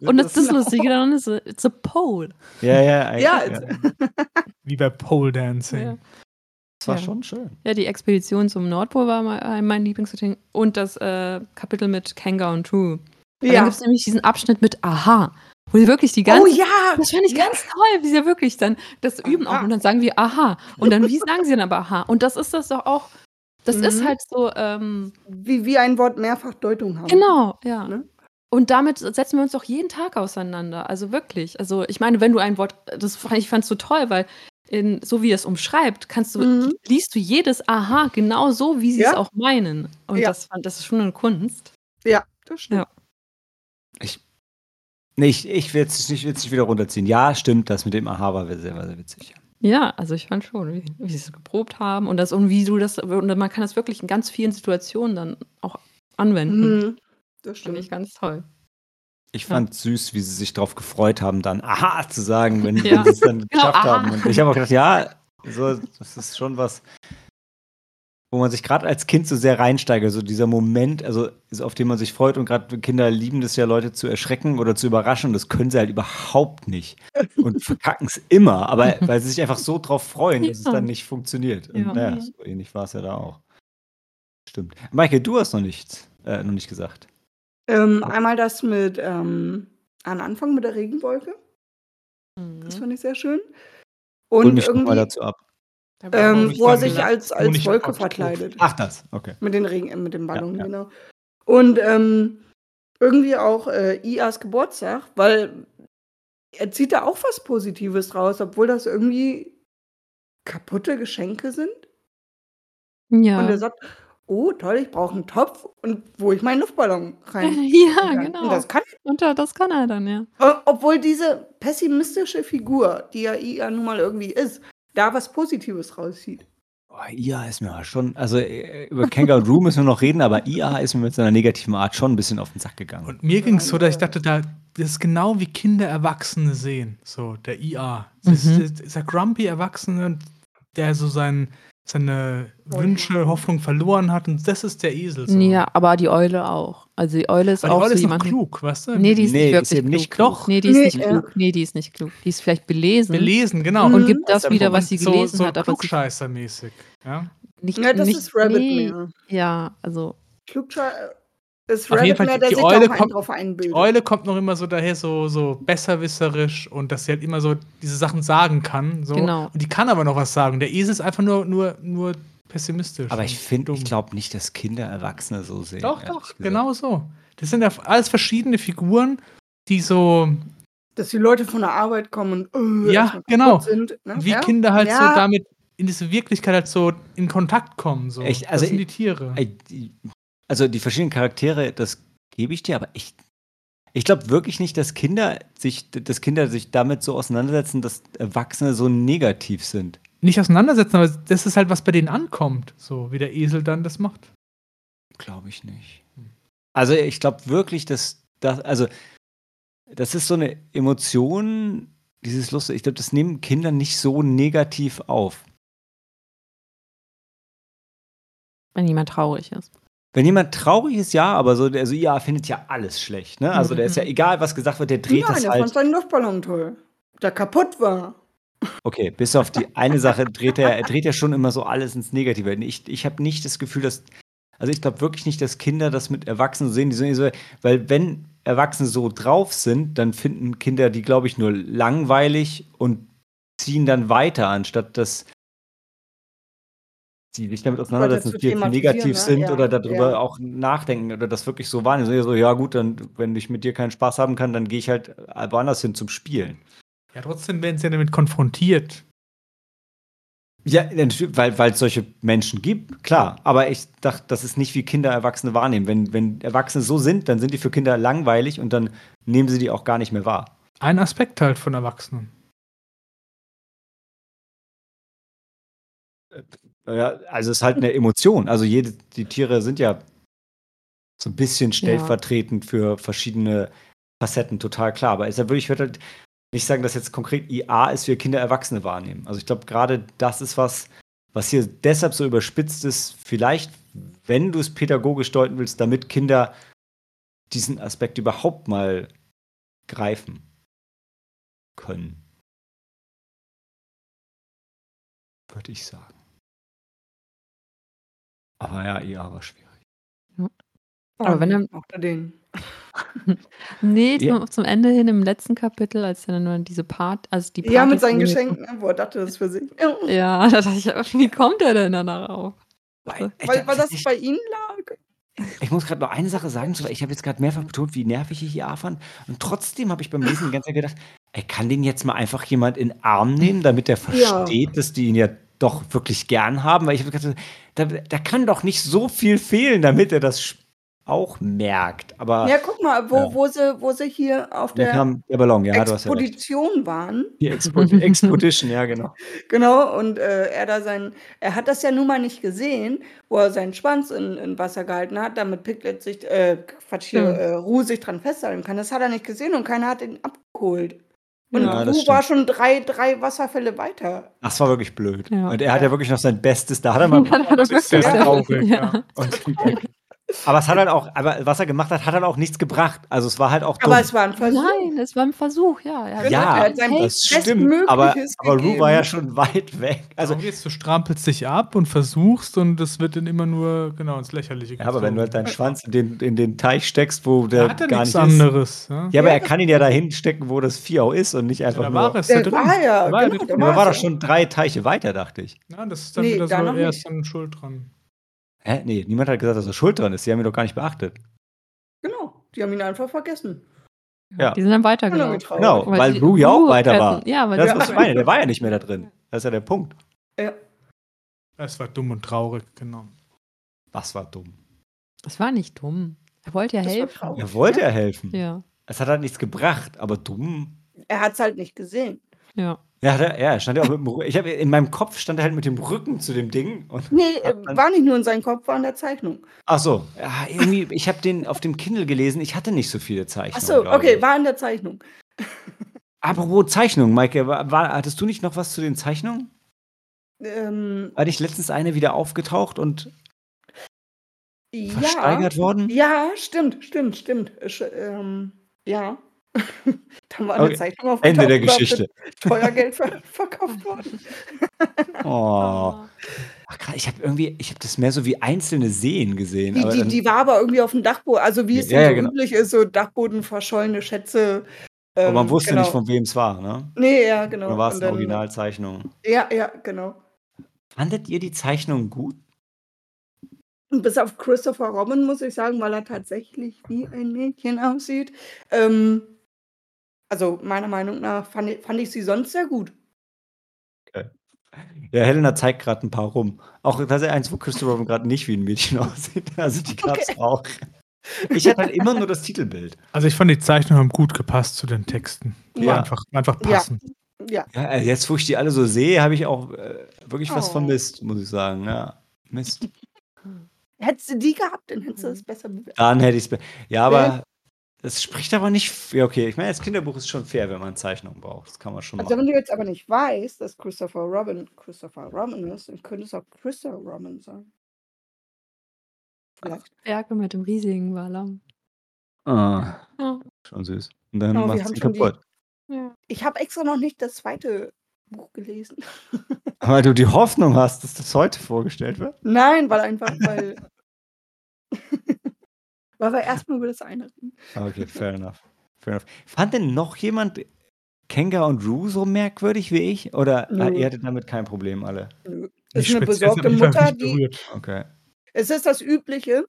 S2: Und das, das Lustige daran ist, it's a pole. also,
S1: Ja, ja, eigentlich,
S4: Ja,
S1: ja.
S5: Wie bei Pole Dancing.
S1: Das war
S2: Ja.
S1: schon schön.
S2: Ja, die Expedition zum Nordpol war mein, mein Lieblingsding. Und das äh, Kapitel mit Kanga und True. Ja.
S4: [LAUGHS]
S2: Dann
S4: Ja.
S2: gibt es nämlich diesen Abschnitt mit Aha, wo sie wirklich die
S4: Oh
S2: ganze
S4: ja!
S2: Das fand ich
S4: Ja.
S2: ganz toll, wie sie wirklich dann das üben auch.
S4: Aha.
S2: Und dann sagen wir aha. Und dann, wie sagen sie dann aber aha? Und das ist das doch auch, das ist
S4: Mhm.
S2: halt so, ähm,
S4: Wie wir ein Wort mehrfach Deutung haben.
S2: genau, ja.
S4: Ne?
S2: Und damit setzen wir uns doch jeden Tag auseinander. Also wirklich. Also ich meine, wenn du ein Wort, das fand ich fand's so toll, weil in, so wie es umschreibt, kannst du,
S4: Mhm.
S2: liest du jedes Aha genau so, wie sie es
S4: Ja.
S2: auch meinen. Und
S4: Ja.
S2: das, fand, das ist schon eine Kunst.
S4: Ja, das stimmt.
S2: Ja.
S1: Nee, ich, ich will es nicht, will's nicht wieder runterziehen. Ja, stimmt, das mit dem Aha war sehr, war sehr witzig.
S2: Ja, also ich fand schon, wie, wie sie es geprobt haben und das und wie du das, und man kann das wirklich in ganz vielen Situationen dann auch anwenden.
S4: Mhm. Das
S2: Finde
S4: stimmt.
S2: ich ganz toll.
S1: Ich fand süß, wie sie sich darauf gefreut haben, dann Aha zu sagen, wenn,
S2: Ja. Genau,
S1: wenn sie es dann geschafft
S2: aha.
S1: haben. Und ich habe auch gedacht, ja, so, das ist schon was, wo man sich gerade als Kind so sehr reinsteigert. So dieser Moment, also so auf den man sich freut. Und gerade Kinder lieben das ja, Leute zu erschrecken oder zu überraschen. Das können sie halt überhaupt nicht. Und verkacken es immer.
S2: [LAUGHS]
S1: Aber weil sie sich einfach so drauf freuen, dass es
S2: Ja.
S1: dann nicht funktioniert. Und
S2: Ja.
S1: naja, so ähnlich war es ja da auch. Stimmt. Maike, du hast noch nichts, äh, noch nicht gesagt.
S4: Ähm, einmal das mit ähm, am Anfang mit der Regenwolke.
S2: Mhm.
S4: Das fand ich sehr schön. Und,
S1: Hol mich noch mal
S4: irgendwie,
S1: dazu ab.
S4: ähm,
S5: ich
S4: wo er
S5: dann
S4: sich
S5: gelacht.
S4: als,
S5: Wo
S4: als
S5: nicht
S4: Wolke
S5: abgestuft.
S4: verkleidet.
S1: Ach, das, okay.
S4: Mit den Regen, äh, mit den Ballon,
S1: Ah. ja.
S4: genau. Und ähm, irgendwie auch äh, IAs Geburtstag, weil er zieht da auch was Positives draus, obwohl das irgendwie kaputte Geschenke sind. also, Und
S2: [LAUGHS]
S4: er
S2: Ja.
S4: sagt, oh toll, ich brauche einen Topf und wo ich meinen Luftballon rein.
S2: [LAUGHS] Ja,
S4: kann.
S2: genau.
S4: Und das kann,
S2: Und da- das kann er dann, ja.
S4: äh, obwohl diese pessimistische Figur, die ja IA nun mal irgendwie ist, da was Positives rauszieht.
S1: Oh, IA ist mir schon, also äh, über Kangaroo müssen wir noch reden, aber IA ist mir mit seiner negativen Art schon ein bisschen auf den Sack gegangen.
S5: Und mir ging es so, dass ich dachte, da, das ist genau wie Kinder Erwachsene sehen. So, der IA. Das
S2: Mhm.
S5: ist, das ist der grumpy Erwachsene, der so sein, seine Wünsche, Hoffnung verloren hat. Und das ist der Esel. So.
S2: Oh Ja, aber die Eule auch. Also die Eule ist
S5: Aber
S2: auch
S5: die Eule
S2: so
S5: ist noch
S2: jemand.
S5: klug, weißt du?
S2: Nee, die ist
S1: Nee,
S2: nicht
S1: die
S2: wirklich
S1: ist eben
S2: klug.
S1: nicht klug.
S2: Doch, nee, die ist
S4: Nee,
S2: nicht
S4: ja.
S2: klug. Nee, die ist nicht klug. Die ist vielleicht belesen,
S5: Belesen, genau.
S2: und
S4: Mhm.
S2: gibt das wieder, was sie
S5: so,
S2: gelesen
S5: so
S2: hat, aber sie
S5: Klugscheißer-mäßig. Ja?
S2: nicht,
S4: Ja, das
S2: nicht
S4: ist Rabbit
S2: nee.
S4: mehr.
S2: Ja, also
S4: Klugscher ist
S5: Auf
S4: Rabbit
S5: jeden Fall,
S4: mehr,
S5: die-
S4: der
S5: die
S4: sich da
S5: Eule
S4: auch einen
S5: kommt-
S4: drauf
S5: Die
S4: einbildet.
S5: Eule kommt noch immer so daher, so, so besserwisserisch und dass sie halt immer so diese Sachen sagen kann. So.
S2: Genau.
S5: Und die kann aber noch was sagen. Der Esel ist einfach nur, nur, nur pessimistisch.
S1: Aber
S5: und
S1: ich finde, ich
S5: dumm.
S1: glaube nicht, dass Kinder Erwachsene so sehen.
S5: Doch,
S1: ehrlich
S5: doch,
S1: gesagt.
S5: genau so. Das sind ja alles verschiedene Figuren, die so
S4: dass die Leute von der Arbeit kommen und äh,
S5: Ja,
S4: erstmal kaputt
S5: genau.
S4: sind. Ne?
S5: wie
S4: ja?
S5: Kinder halt so
S4: Ja.
S5: damit in diese Wirklichkeit halt so in Kontakt kommen. So.
S1: Echt? Also
S5: das sind die
S1: ich-
S5: Tiere.
S1: Ey, die- Also die verschiedenen Charaktere, das gebe ich dir, aber ich, ich glaube wirklich nicht, dass Kinder sich, dass Kinder sich damit so auseinandersetzen, dass Erwachsene so negativ sind.
S5: Nicht auseinandersetzen, aber das ist halt, was bei denen ankommt, so wie der Esel dann das macht.
S1: Glaube ich nicht.
S4: Hm.
S1: Also ich glaube wirklich, dass das, also das ist so eine Emotion, dieses Lustige. Ich glaube, das nehmen Kinder nicht so negativ auf.
S2: wenn jemand traurig ist.
S1: Wenn jemand traurig ist, ja, aber so, also ja, findet ja alles schlecht, ne? Also der ist ja
S2: Mhm.
S1: egal, was gesagt wird, der dreht
S4: Nein,
S1: das
S4: der fand
S1: halt.
S4: seinen Luftballon toll. Der kaputt war.
S1: Okay, bis auf die eine Sache dreht er, er dreht ja schon immer so alles ins Negative. Ich, ich habe nicht das Gefühl, dass, also ich glaube wirklich nicht, dass Kinder das mit Erwachsenen sehen, die sind so, weil wenn Erwachsene so drauf sind, dann finden Kinder die, glaube ich, nur langweilig und ziehen dann weiter, anstatt dass sie sich damit auseinandersetzen,
S4: zu
S1: dass die jetzt
S4: thematisieren,
S1: negativ
S4: ne?
S1: sind
S4: Ja,
S1: oder darüber
S4: ja.
S1: auch nachdenken oder das wirklich so wahrnehmen. So, so, ja gut, dann, wenn ich mit dir keinen Spaß haben kann, dann gehe ich halt woanders hin zum Spielen.
S5: Ja, trotzdem werden sie ja damit konfrontiert.
S1: Ja, natürlich, weil weil es solche Menschen gibt, klar. Aber ich dachte, das ist nicht wie Kinder Erwachsene wahrnehmen. Wenn, wenn Erwachsene so sind, dann sind die für Kinder langweilig und dann nehmen sie die auch gar nicht mehr wahr.
S5: Ein Aspekt halt von Erwachsenen.
S1: Ja, also es ist halt eine Emotion. Also jede, die Tiere sind ja so ein bisschen stellvertretend für verschiedene Facetten, total klar. Aber deshalb würde ich würde halt nicht sagen, dass jetzt konkret IA ist, wie Kinder Erwachsene wahrnehmen. Also ich glaube, gerade das ist was, was hier deshalb so überspitzt ist, vielleicht, wenn du es pädagogisch deuten willst, damit Kinder diesen Aspekt überhaupt mal greifen können. Würde ich sagen. Aber ja, IA war schwierig.
S2: Aber wenn er-
S4: Oh, Auch den.
S2: Nee, zum,
S1: Ja.
S2: zum Ende hin im letzten Kapitel, als er dann nur diese Part, also die Party
S4: Ja, mit seinen
S2: von-
S4: Geschenken. ne? Wo er dachte, das ist für sich.
S2: Ja, [LAUGHS] da dachte ich, wie kommt er denn danach auf?
S4: Weil, weil das
S1: Äh, ich,
S4: bei ihnen lag.
S1: ich muss gerade noch eine Sache sagen, zu- ich habe jetzt gerade mehrfach betont, wie nervig ich IA fand. Und trotzdem habe ich beim Lesen die ganze Zeit gedacht, ey, kann den jetzt mal einfach jemand in den Arm nehmen, damit er versteht, dass die ihn ja doch wirklich gern haben. Weil ich habe gedacht, da, da kann doch nicht so viel fehlen, damit er das sch- auch merkt. Aber
S4: Ja, guck mal, wo,
S1: Ja.
S4: wo, sie, wo sie hier auf
S1: der,
S4: der
S1: kam der Ballon, ja, du hast ja recht.
S4: Expedition waren.
S1: Die [LAUGHS] Expo- Expedition, ja, genau.
S4: Genau, und äh, er da sein, er hat das ja nun mal nicht gesehen, wo er seinen Schwanz in, in Wasser gehalten hat, damit Piglet sich, äh, Quatsch, hier,
S2: Stimmt.
S4: äh, Ruh sich dran festhalten kann. Das hat er nicht gesehen und keiner hat ihn abgeholt. Und
S1: Ja, das
S4: Ruh war schon drei, drei Wasserfälle weiter.
S1: Das war wirklich blöd.
S2: Ja.
S1: Und er hat ja wirklich noch sein Bestes. Da hat er [LAUGHS] mal.
S2: [LAUGHS] Dann hat er
S5: ist
S2: wirklich-
S5: sehr
S4: [LAUGHS]
S5: traurig, ja.
S1: Und, aber es hat halt auch, aber was er gemacht hat, hat halt auch nichts gebracht. Also es war halt auch dumm.
S4: Aber es war ein Versuch.
S2: Nein, es war ein Versuch, ja. Er hat
S4: Genau,
S1: Ja,
S4: er hat sein
S2: Hey,
S1: das stimmt.
S4: Bestmögliches
S1: Aber, aber Lou
S4: gegeben.
S1: war ja schon weit weg.
S5: Also
S1: Also,
S5: jetzt du strampelst dich ab und versuchst und es wird dann immer nur genau ins Lächerliche
S1: ja, aber wenn du halt deinen
S5: gezogen.
S1: Schwanz in den, in den Teich steckst, wo
S5: Da
S1: der
S5: hat er
S1: gar
S5: nichts
S1: nicht
S5: anderes. Ja?
S1: ist. Ja, aber er kann ihn ja dahin stecken, wo das Vieh auch ist und nicht einfach
S5: da war
S1: nur.
S5: es
S4: Der
S5: da drin.
S4: war ja,
S5: Da war
S4: genau,
S5: da
S4: da
S1: Ja, aber
S5: drin.
S1: war doch
S4: war's ja.
S1: schon drei Teiche weiter, dachte ich.
S5: Ja, das ist dann
S4: Nee,
S5: wieder so,
S4: da noch
S5: er ist
S4: nicht.
S5: dann schuld dran.
S1: Hä? Nee, niemand hat gesagt, dass er schuld dran ist. Die haben ihn doch gar nicht beachtet.
S4: Genau, die haben ihn einfach vergessen.
S1: Ja.
S2: Die sind dann weitergelaufen.
S4: Genau.
S1: Genau, weil,
S2: die-
S1: Lou ja auch
S2: Lou
S1: weiter
S2: retten.
S1: war.
S2: Ja, weil
S1: Das
S4: Ja.
S1: ist, was ich meine. Der war ja nicht mehr da drin. Das ist ja der Punkt.
S5: Es war dumm und traurig, genau.
S1: Was war dumm?
S2: das war nicht dumm. Er wollte ja
S4: Das war
S2: helfen.
S4: traurig.
S1: Er wollte ja helfen.
S2: Ja,
S1: Es hat halt nichts gebracht, aber dumm.
S4: Er hat es halt nicht gesehen.
S2: ja.
S1: Ja, da, ja, er stand ja auch mit dem Rücken. Ich habe in meinem Kopf stand er halt mit dem Rücken zu dem Ding und
S4: Nee,
S1: Hat
S4: äh,
S1: man-
S4: war nicht nur in seinem Kopf, war in der Zeichnung.
S1: ach so, ja, irgendwie ich habe den auf dem Kindle gelesen. Ich hatte nicht so viele Zeichnungen.
S4: Achso,
S1: glaub
S4: okay,
S1: ich.
S4: war in der Zeichnung.
S1: Apropos Zeichnung, Maike, war, war, hattest du nicht noch was zu den Zeichnungen?
S4: Ähm,
S1: War nicht letztens eine wieder aufgetaucht und
S4: ja,
S1: versteigert worden?
S4: ja, stimmt, stimmt, stimmt. Äh, sch- ähm, ja. [LAUGHS] Dann war eine
S1: Okay,
S4: Zeichnung auf
S1: Ende der Geschichte.
S4: [LAUGHS] Teuer Geld ver
S1: [LAUGHS]
S4: verkauft worden.
S1: Oh. Ach, krass, ich habe irgendwie, ich habe das mehr so wie einzelne Seen gesehen.
S4: Die,
S1: aber
S4: die,
S1: dann-
S4: die war aber irgendwie auf dem Dachboden, also wie es
S1: Ja,
S4: denn
S1: ja,
S4: so
S1: genau.
S4: üblich ist, so Dachboden verschollene Schätze.
S1: aber man
S4: ähm,
S1: wusste
S4: genau.
S1: nicht, von wem es war, ne?
S4: Nee, ja, genau.
S1: Oder war es
S4: Und
S1: eine
S4: dann-
S1: Originalzeichnung?
S4: Ja, ja, genau.
S1: Fandet ihr die Zeichnung gut?
S4: Und bis auf Christopher Robin muss ich sagen, weil er tatsächlich wie ein Mädchen aussieht. Ähm, also meiner Meinung nach fand ich, fand ich sie sonst sehr gut.
S1: Ja, Helena zeigt gerade ein paar rum. Auch das ist eins, wo Christopher Robin gerade nicht wie ein Mädchen [LAUGHS] aussieht. Also die gab es auch. Ich hatte halt immer nur das Titelbild.
S5: Also ich fand die Zeichnungen haben gut gepasst zu den Texten. Die
S1: Ja.
S5: waren Einfach, einfach
S4: Ja.
S5: passend.
S4: Ja,
S1: Ja, also jetzt, wo ich die alle so sehe, habe ich auch äh, wirklich was
S4: Oh.
S1: vermisst, muss ich sagen. Ja, Mist.
S4: hättest du die gehabt, dann hättest du es besser bewertet.
S1: Dann hätte ich es. Ja, aber das spricht aber nicht. f- Ja, okay. Ich meine, das Kinderbuch ist schon fair, wenn man Zeichnungen braucht. Das kann man schon
S4: Also wenn
S1: machen.
S4: du jetzt aber nicht weißt, dass Christopher Robin Christopher Robin ist, dann könnte es auch Christopher Robin sein. Vielleicht.
S2: Berge mit dem riesigen Walam.
S1: Ah,
S2: Ja.
S1: schon süß. Und dann
S4: Oh, wir
S1: macht
S4: haben
S1: sie
S4: schon die-
S1: kaputt.
S4: Ich habe extra noch nicht das zweite Buch gelesen. [LAUGHS]
S1: Weil du die Hoffnung hast, dass das heute vorgestellt wird.
S4: Nein, weil einfach, weil. [LAUGHS] weil wir erstmal über das eine reden.
S1: Okay, fair enough. Fair enough. Fand denn noch jemand Kenga und Rue so merkwürdig wie ich? Oder ah,
S4: Nö.
S1: ihr hattet damit kein Problem alle?
S4: Nö.
S5: Nicht
S4: Ist eine
S5: speziell,
S4: besorgte
S5: aber ich war
S4: Mutter,
S5: nicht
S4: die
S5: berührt.
S1: Okay.
S4: Es ist das Übliche.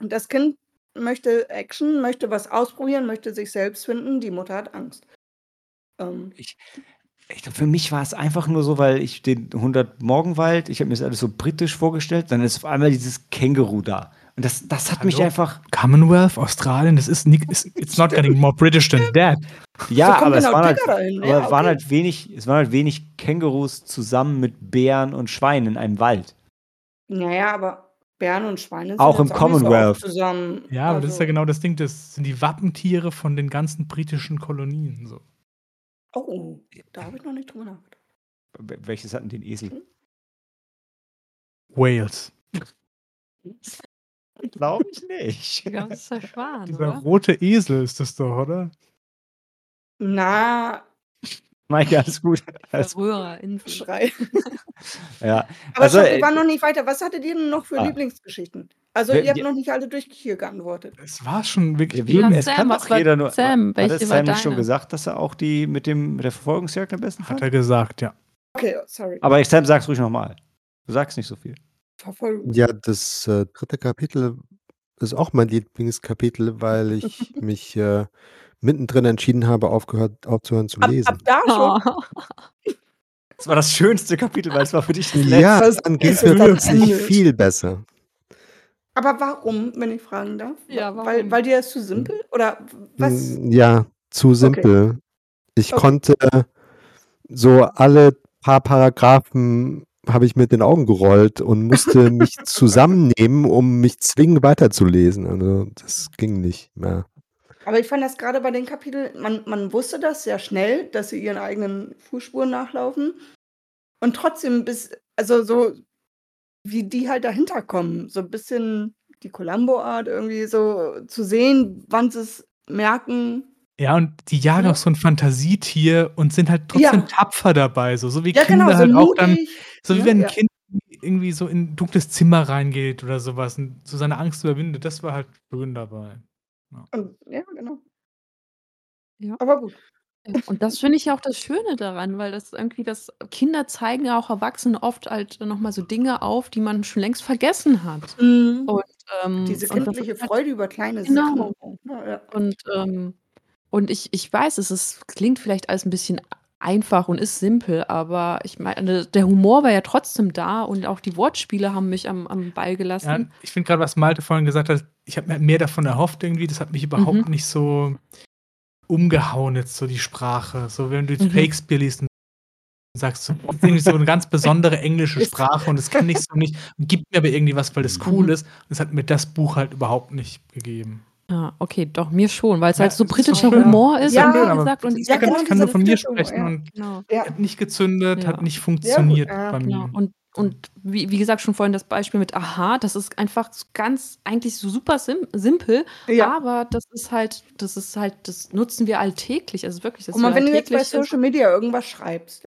S4: Und Das Kind möchte Action, möchte was ausprobieren, möchte sich selbst finden. Die Mutter hat Angst. Ähm,
S1: Ich glaube, für mich war es einfach nur so, weil ich den 100 Morgenwald, ich habe mir das alles so britisch vorgestellt, dann ist auf einmal dieses Känguru da. Und das, das hat mich
S5: Hallo?
S1: einfach.
S5: Commonwealth, Australien, das ist nicht, it's, it's
S4: [LAUGHS]
S5: not getting more British than that.
S1: Ja,
S4: kommt
S1: aber, es
S4: genau
S1: waren, halt,
S4: Tiger dahin,
S1: aber
S4: ja,
S1: es waren
S4: okay.
S1: halt wenig, es waren halt wenig Kängurus zusammen mit Bären und Schweinen in einem Wald.
S4: naja, aber Bären und Schweine sind
S1: Auch im
S4: jetzt nicht so
S1: Commonwealth.
S4: oft zusammen.
S5: Ja, aber das ist ja
S4: Also-
S5: genau das Ding, das sind die Wappentiere von den ganzen britischen Kolonien. So.
S4: Oh, da habe ich noch nicht drüber nachgedacht.
S1: Wel- Welches hatten den Esel?
S5: Wales.
S1: Glaube ich nicht.
S2: Ich
S1: [LAUGHS]
S2: glaube, das ist der Schwan,
S5: Dieser
S2: oder?
S5: rote Esel ist das doch, oder?
S4: Na,
S1: Maike, alles gut. Alles gut.
S2: Verröhrer, Insel.
S4: Schrei.
S1: Ja.
S4: [LAUGHS] Aber
S1: Also,
S4: stopp, wir
S1: äh,
S4: waren noch nicht weiter. Was hattet ihr denn noch für
S1: ah.
S4: Lieblingsgeschichten? Also,
S1: Wir-
S4: ihr habt
S1: wir-
S4: noch nicht alle durch hier geantwortet.
S5: Es war schon wirklich.
S1: Wir lieben,
S2: Ja,
S1: es
S2: Sam,
S1: kann
S2: was
S1: doch
S2: war-
S1: jeder nur.
S2: Sam,
S1: hat
S2: welche
S1: das
S2: war
S1: Sam nicht schon
S2: [LAUGHS] deine?
S1: gesagt, dass er auch die mit dem mit der Verfolgungsjagd am besten
S5: Hat
S1: fand?
S5: er gesagt, ja.
S4: Okay, sorry.
S1: Aber ich, Sam, sag's ruhig nochmal. Du sagst nicht so viel.
S4: Verfolgung.
S3: Ja, das äh, dritte Kapitel ist auch mein Lieblingskapitel, weil ich mich äh, mittendrin entschieden habe, aufgehört, aufzuhören zu
S4: Ab, ab
S3: lesen.
S4: da schon.
S2: Oh,
S1: Das war das schönste Kapitel, weil es war für dich das
S3: Ja,
S4: das
S3: dann ging es
S4: ist
S3: mir
S4: das
S3: plötzlich
S4: Ende.
S3: viel besser.
S4: Aber warum, wenn ich fragen darf?
S2: Ja, warum?
S4: Weil, weil dir das zu simpel? Oder was?
S3: Mm, Ja, zu simpel. Ich
S4: Okay.
S3: konnte so alle paar Paragraphen habe ich mit den Augen gerollt
S4: [LAUGHS]
S3: und musste mich zusammennehmen, um mich zwingen weiterzulesen. Also das ging nicht mehr.
S4: Aber ich fand das gerade bei den Kapiteln, man, man wusste das sehr schnell, dass sie ihren eigenen Fußspuren nachlaufen. Und trotzdem bis, also so, wie die halt dahinter kommen, so ein bisschen die Columbo-Art irgendwie so zu sehen, wann sie es merken.
S5: Ja, und die jagen
S4: Ja.
S5: auch so ein Fantasietier und sind halt trotzdem
S4: Ja.
S5: tapfer dabei, so, so wie
S4: Ja,
S5: Kinder
S4: genau, so
S5: halt auch dann,
S4: mutig.
S5: so wie
S4: ne?
S5: wenn ein
S4: Ja.
S5: Kind irgendwie so in ein dunkles Zimmer reingeht oder sowas und so seine Angst überwindet. Das war halt schön dabei.
S4: Und, ja, genau.
S2: Ja.
S4: Aber gut.
S2: Ja, [LAUGHS] Und das finde ich ja auch das Schöne daran, weil das irgendwie das Kinder zeigen ja auch Erwachsene oft halt nochmal so Dinge auf, die man schon längst vergessen hat.
S4: Mhm.
S2: Ähm,
S4: Diese
S2: und das
S4: kindliche
S2: ist halt-
S4: Freude über kleine
S2: Genau.
S4: Sachen. Ja, ja.
S2: Und, ähm, und ich, ich weiß, es ist, klingt vielleicht alles ein bisschen einfach und ist simpel, aber ich meine, der Humor war ja trotzdem da und auch die Wortspiele haben mich am, am Ball
S5: Ja,
S2: gelassen.
S5: ich finde gerade, was Malte vorhin gesagt hat, ich habe mir mehr davon erhofft irgendwie. Das hat mich überhaupt
S2: Mhm.
S5: nicht so umgehauen jetzt, so die Sprache. So wenn du jetzt
S2: Mhm.
S5: Shakespeare liest und sagst, so, das ist irgendwie so eine ganz
S2: [LAUGHS]
S5: besondere englische
S4: Ist-
S5: Sprache und das kenne ich so nicht. Und gibt mir aber irgendwie was, weil das cool
S2: Mhm.
S5: ist. Und das hat mir das Buch halt überhaupt nicht gegeben.
S2: Ja. Ah, okay, doch, mir schon, weil es
S5: Ja,
S2: halt so
S5: es ist
S2: britischer
S5: auch schön.
S2: Humor ist,
S4: Ja,
S2: wie
S5: schön, aber
S2: gesagt, und
S5: ich
S4: ja,
S2: diese-
S5: kann,
S4: genau,
S5: ich kann nur
S4: diese
S5: von mir
S4: Verknüpfung,
S5: sprechen
S4: ja.
S5: und
S2: genau.
S5: hat nicht gezündet,
S2: Ja.
S5: hat nicht funktioniert
S4: Ja,
S5: bei
S2: Genau.
S5: mir.
S2: Und, und wie, wie gesagt, schon vorhin das Beispiel mit Aha, das ist einfach so ganz, eigentlich so super sim simpel,
S4: Ja.
S2: aber das ist halt, das ist halt, das nutzen wir alltäglich. Also wirklich, das
S4: Guck mal, wenn du jetzt bei
S2: alltäglich ist.
S4: Social Media irgendwas schreibst,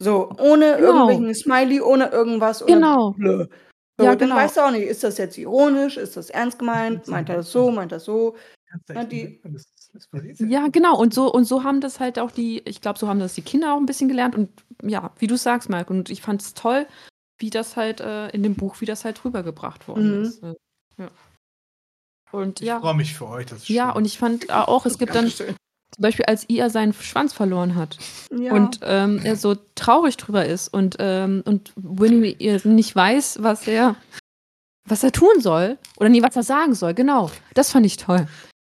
S4: so ohne
S2: Genau.
S4: irgendwelchen Smiley, ohne irgendwas. Ohne
S2: Genau.
S4: Blö. So,
S2: Ja,
S4: dann
S2: genau.
S4: weißt du auch nicht, ist das jetzt ironisch, ist das ernst gemeint, meint er das so, meint er das so.
S5: Kannst du
S4: Na,
S5: echt
S4: die-
S5: nicht machen, das ist- das passiert
S2: Ja, genau. Und so, und so haben das halt auch die, ich glaube, so haben das die Kinder auch ein bisschen gelernt. Und ja, wie du sagst, Marc, und ich fand es toll, wie das halt äh, in dem Buch, wie das halt rübergebracht worden
S4: Mhm.
S2: ist. Äh, Ja. Und
S5: Ich
S2: ja,
S5: freue mich für euch. Das ist
S2: ja,
S5: schön.
S2: und ich fand äh, auch, es gibt dann zum
S4: Dankeschön.
S2: Beispiel, als Ia seinen Schwanz verloren hat,
S4: Ja.
S2: und ähm, er so traurig drüber ist und, ähm, und Winnie ihr nicht weiß, was er, was er tun soll. Oder nee, was er sagen soll, genau. Das fand ich toll.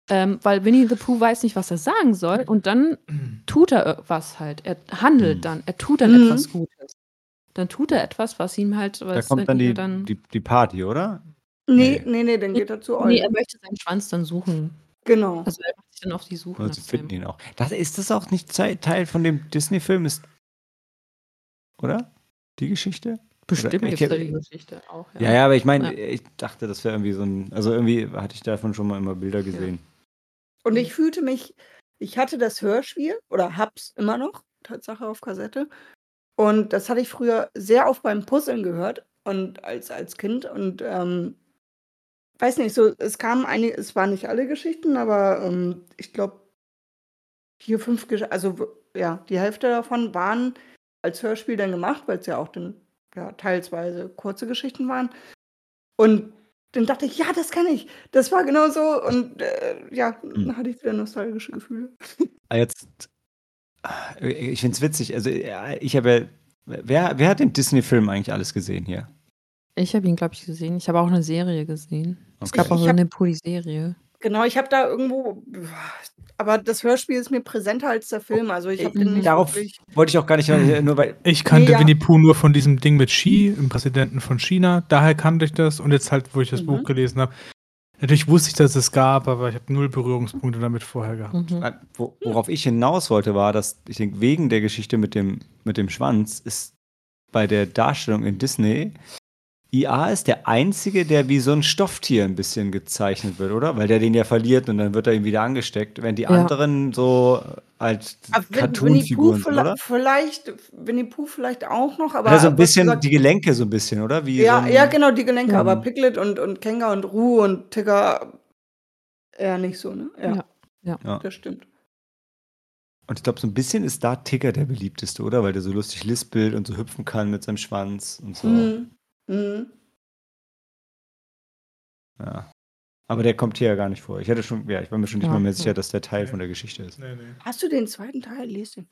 S2: Ähm, weil Winnie the Pooh weiß nicht, was er sagen soll und dann tut er was halt. Er handelt
S1: Mhm.
S2: dann, er tut dann
S4: Mhm.
S2: etwas Gutes. Dann tut er etwas, was ihm halt,
S1: Da
S2: was
S1: kommt dann
S2: ihr
S1: die, die, die Party, oder?
S4: nee,
S1: nee.
S4: nee, nee, dann geht er zu euch.
S2: nee, also er möchte seinen Schwanz dann suchen.
S4: genau.
S2: Also er macht sich dann auf die Suche.
S1: Und sie
S2: nach
S1: finden
S2: seinem-
S1: ihn auch. Das ist das auch nicht Zei- Teil von dem Disney-Film, ist. Oder? Die Geschichte?
S2: Bestimmt
S1: Oder-
S2: gibt es da die Geschichte auch.
S1: Ja, ja, aber ich meine,
S2: Ja.
S1: ich dachte, das wäre irgendwie so ein. Also irgendwie hatte ich davon schon mal immer Bilder gesehen.
S4: Und ich fühlte mich, ich hatte das Hörspiel oder hab's immer noch, Tatsache auf Kassette. Und das hatte ich früher sehr oft beim Puzzeln gehört und als, als Kind. Und ähm, weiß nicht, so, es kamen einige, es waren nicht alle Geschichten, aber ähm, ich glaube, vier, fünf Geschichten, also w- ja, die Hälfte davon waren als Hörspiel dann gemacht, weil es ja auch dann ja, teilsweise kurze Geschichten waren. Und dann dachte ich, ja, das kann ich. Das war genau so. Und äh, ja,
S1: Hm.
S4: dann hatte ich wieder nostalgische Gefühle.
S1: Ah, Jetzt, äh, ich finde es witzig. Also, ja, ich habe ja. Wer, wer hat den Disney-Film eigentlich alles gesehen hier?
S2: Ich habe ihn, glaube ich, gesehen. Ich habe auch eine Serie gesehen. Es
S1: Okay.
S2: gab auch
S4: Ich
S2: so
S4: hab-
S2: eine Pulli-Serie.
S4: Genau, ich habe da irgendwo. Aber das Hörspiel ist mir präsenter als der Film. Also ich habe den
S2: Mhm.
S4: nicht
S1: Darauf
S4: wirklich.
S1: wollte ich auch gar nicht, nur weil.
S5: Ich kannte
S4: Nee, ja.
S5: Winnie Pooh nur von diesem Ding mit Xi, im Präsidenten von China. Daher kannte ich das und jetzt halt, wo ich das
S4: Mhm.
S5: Buch gelesen habe. Natürlich wusste ich, dass es gab, aber ich habe null Berührungspunkte damit vorher gehabt.
S2: Mhm.
S1: Äh, Wo, worauf ich hinaus wollte, war, dass ich denke, wegen der Geschichte mit dem, mit dem Schwanz ist bei der Darstellung in Disney IA ist der einzige, der wie so ein Stofftier ein bisschen gezeichnet wird, oder? Weil der den ja verliert und dann wird er ihm wieder angesteckt, während die
S2: Ja.
S1: anderen so als
S4: Aber Win- Ah, Winnie Pooh
S1: Cartoon-Figuren sind,
S4: vielleicht,
S1: oder?
S4: vielleicht, Winnie Pooh vielleicht auch noch, aber.
S1: Also ein
S4: aber
S1: bisschen
S4: gesagt-
S1: die Gelenke so ein bisschen, oder? Wie
S4: ja,
S1: so ein, Mhm.
S4: ja, genau, die Gelenke,
S1: Ja.
S4: aber Piglet und, und Kenga und Ruh und Tigger eher nicht so, ne? Ja.
S2: Ja. Ja.
S1: Ja.
S4: Das stimmt.
S1: Und ich glaube, so ein bisschen ist da Tigger der beliebteste, oder? Weil der so lustig lispelt und so hüpfen kann mit seinem Schwanz und so.
S4: Mhm. Mhm.
S1: Ja. Aber der kommt hier ja gar nicht vor. Ich hätte schon, ja, ich war mir schon nicht
S2: Ja.
S1: mal mehr sicher, dass der Teil
S5: Nee.
S1: von der Geschichte ist.
S5: Nee, nee.
S4: Hast du den zweiten Teil? Lies den.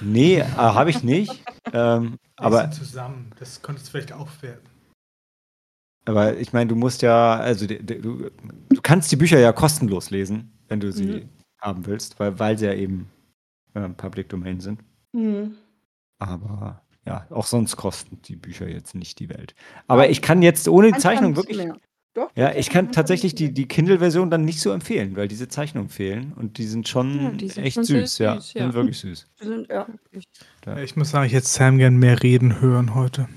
S1: Nee, äh, habe ich nicht. ähm, aber
S5: zusammen. Das konnte es vielleicht aufwerten.
S1: Aber ich meine, du musst ja, also de- de- du, du kannst die Bücher ja kostenlos lesen, wenn du sie
S4: Mhm.
S1: haben willst, weil, weil sie ja eben äh, Public Domain sind.
S4: Mhm.
S1: Aber ja, auch sonst kosten die Bücher jetzt nicht die Welt. Aber ich kann jetzt ohne die Zeichnung wirklich,
S4: Mehr. Doch,
S1: ja,
S4: die
S1: ich
S4: Zeichnung
S1: kann
S4: hat
S1: tatsächlich die,
S4: ein bisschen
S1: die Kindle-Version dann nicht so empfehlen, weil diese Zeichnungen fehlen und die sind schon
S2: Ja, die sind
S1: echt
S2: schon sehr
S1: süß, ja,
S2: süß, ja.
S1: sind wirklich süß.
S4: mehr. Die sind- Ja.
S5: Ich muss sagen, ich hätte Sam gern mehr reden hören heute.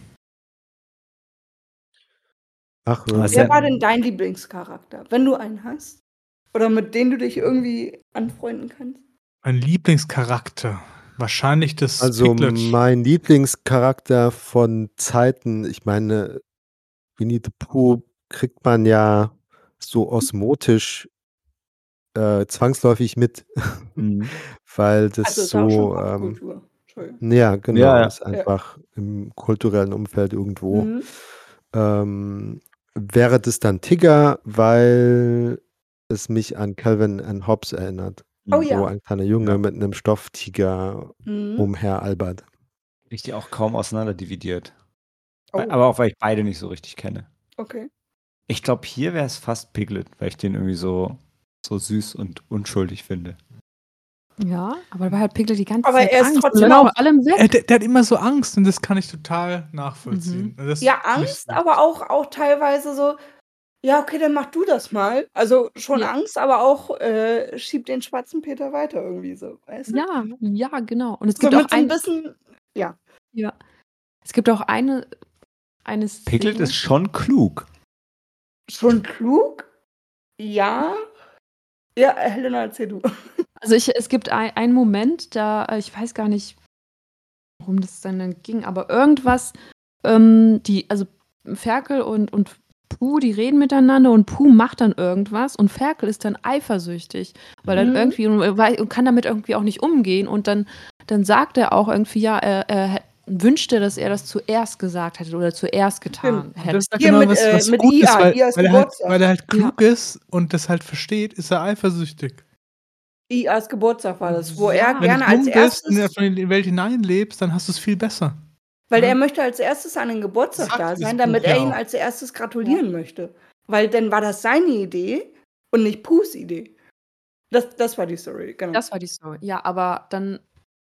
S3: Ach,
S1: Was
S3: ja.
S1: denn?
S4: Wer war denn dein Lieblingscharakter, wenn du einen hast? Oder mit dem du dich irgendwie anfreunden kannst?
S5: Mein Lieblingscharakter. Wahrscheinlich das
S3: Also
S5: Piglet.
S3: mein Lieblingscharakter von Zeiten, ich meine, Winnie the Pooh kriegt man ja so osmotisch äh, zwangsläufig mit,
S1: Mhm.
S3: weil das
S4: Also, es war auch
S3: so,
S4: schon
S3: ähm,
S4: Popkultur. Entschuldigung.
S3: ja genau,
S1: Ja, ja.
S3: ist einfach im kulturellen Umfeld irgendwo.
S4: Mhm.
S3: Ähm, wäre das dann Tigger, weil es mich an Calvin and Hobbes erinnert,
S4: Oh
S1: Mhm.
S4: Ja.
S3: wo ein kleiner Junge
S1: Ja.
S3: mit einem Stofftiger
S4: Mhm.
S3: umher albert.
S1: Ich die auch kaum auseinander dividiert.
S4: Oh.
S1: Aber auch weil ich beide nicht so richtig kenne.
S4: Okay.
S1: Ich glaube, hier wäre es fast Piglet, weil ich den irgendwie so, so süß und unschuldig finde.
S2: Ja, aber dabei hat Piglet die ganze
S4: Aber
S2: Zeit
S4: er ist
S2: Angst
S4: trotzdem
S2: und läuft
S4: auch-
S2: vor allem weg.
S5: Äh, der, der hat immer so Angst und das kann ich total nachvollziehen. Das
S4: Mhm. Ja,
S5: find ich
S4: Angst,
S5: gut.
S4: aber auch, auch teilweise so, ja, okay, dann mach du das mal. Also schon
S2: Ja.
S4: Angst, aber auch äh, schieb den schwarzen Peter weiter irgendwie so. Weißt du?
S2: Ja, ja, genau. Und es
S4: Äh, so
S2: gibt auch
S4: mit so ein
S2: ein,
S4: bisschen.
S2: ja, es gibt auch eine, eine Szene.
S1: Piglet ist schon klug.
S4: Schon klug? Ja. Ja, Helena, erzähl du.
S2: Also ich, es gibt ein- einen Moment, da äh, ich weiß gar nicht, worum das denn dann ging, aber irgendwas, ähm, die, also Ferkel und, und Puh, die reden miteinander und Puh macht dann irgendwas und Ferkel ist dann eifersüchtig, weil
S4: Mhm.
S2: dann irgendwie und, äh, wei- und kann damit irgendwie auch nicht umgehen und dann, dann sagt er auch irgendwie, ja, er, er hä- wünschte, dass er das zuerst gesagt hätte oder zuerst getan
S5: Und
S2: hätte.
S5: Das ist ja
S4: Hier
S5: genau
S4: mit,
S5: was,
S4: äh,
S5: was
S4: mit
S5: gut
S4: IA,
S5: ist, weil,
S4: IA ist
S5: weil, er halt,
S4: Geburtstag.
S5: weil er halt klug ist und das halt versteht, ist er eifersüchtig.
S4: IAs Geburtstag war das, wo
S2: Ja.
S4: er
S2: Wenn
S5: Wenn
S4: gerne
S5: du
S4: als
S5: dumm bist und
S4: erstes,
S5: in die Welt hineinlebst, dann hast du es viel besser.
S4: weil
S1: Mhm.
S5: ja.
S4: er möchte als erstes an den Geburtstag
S5: Sagt
S4: da
S5: dieses
S4: sein, damit
S5: Buch ja
S4: er ihn
S5: auch.
S4: als erstes gratulieren möchte. Weil dann war das seine Idee und nicht Puhs Idee. Das, das war die Story, genau.
S2: Das war die Story. Ja, aber dann.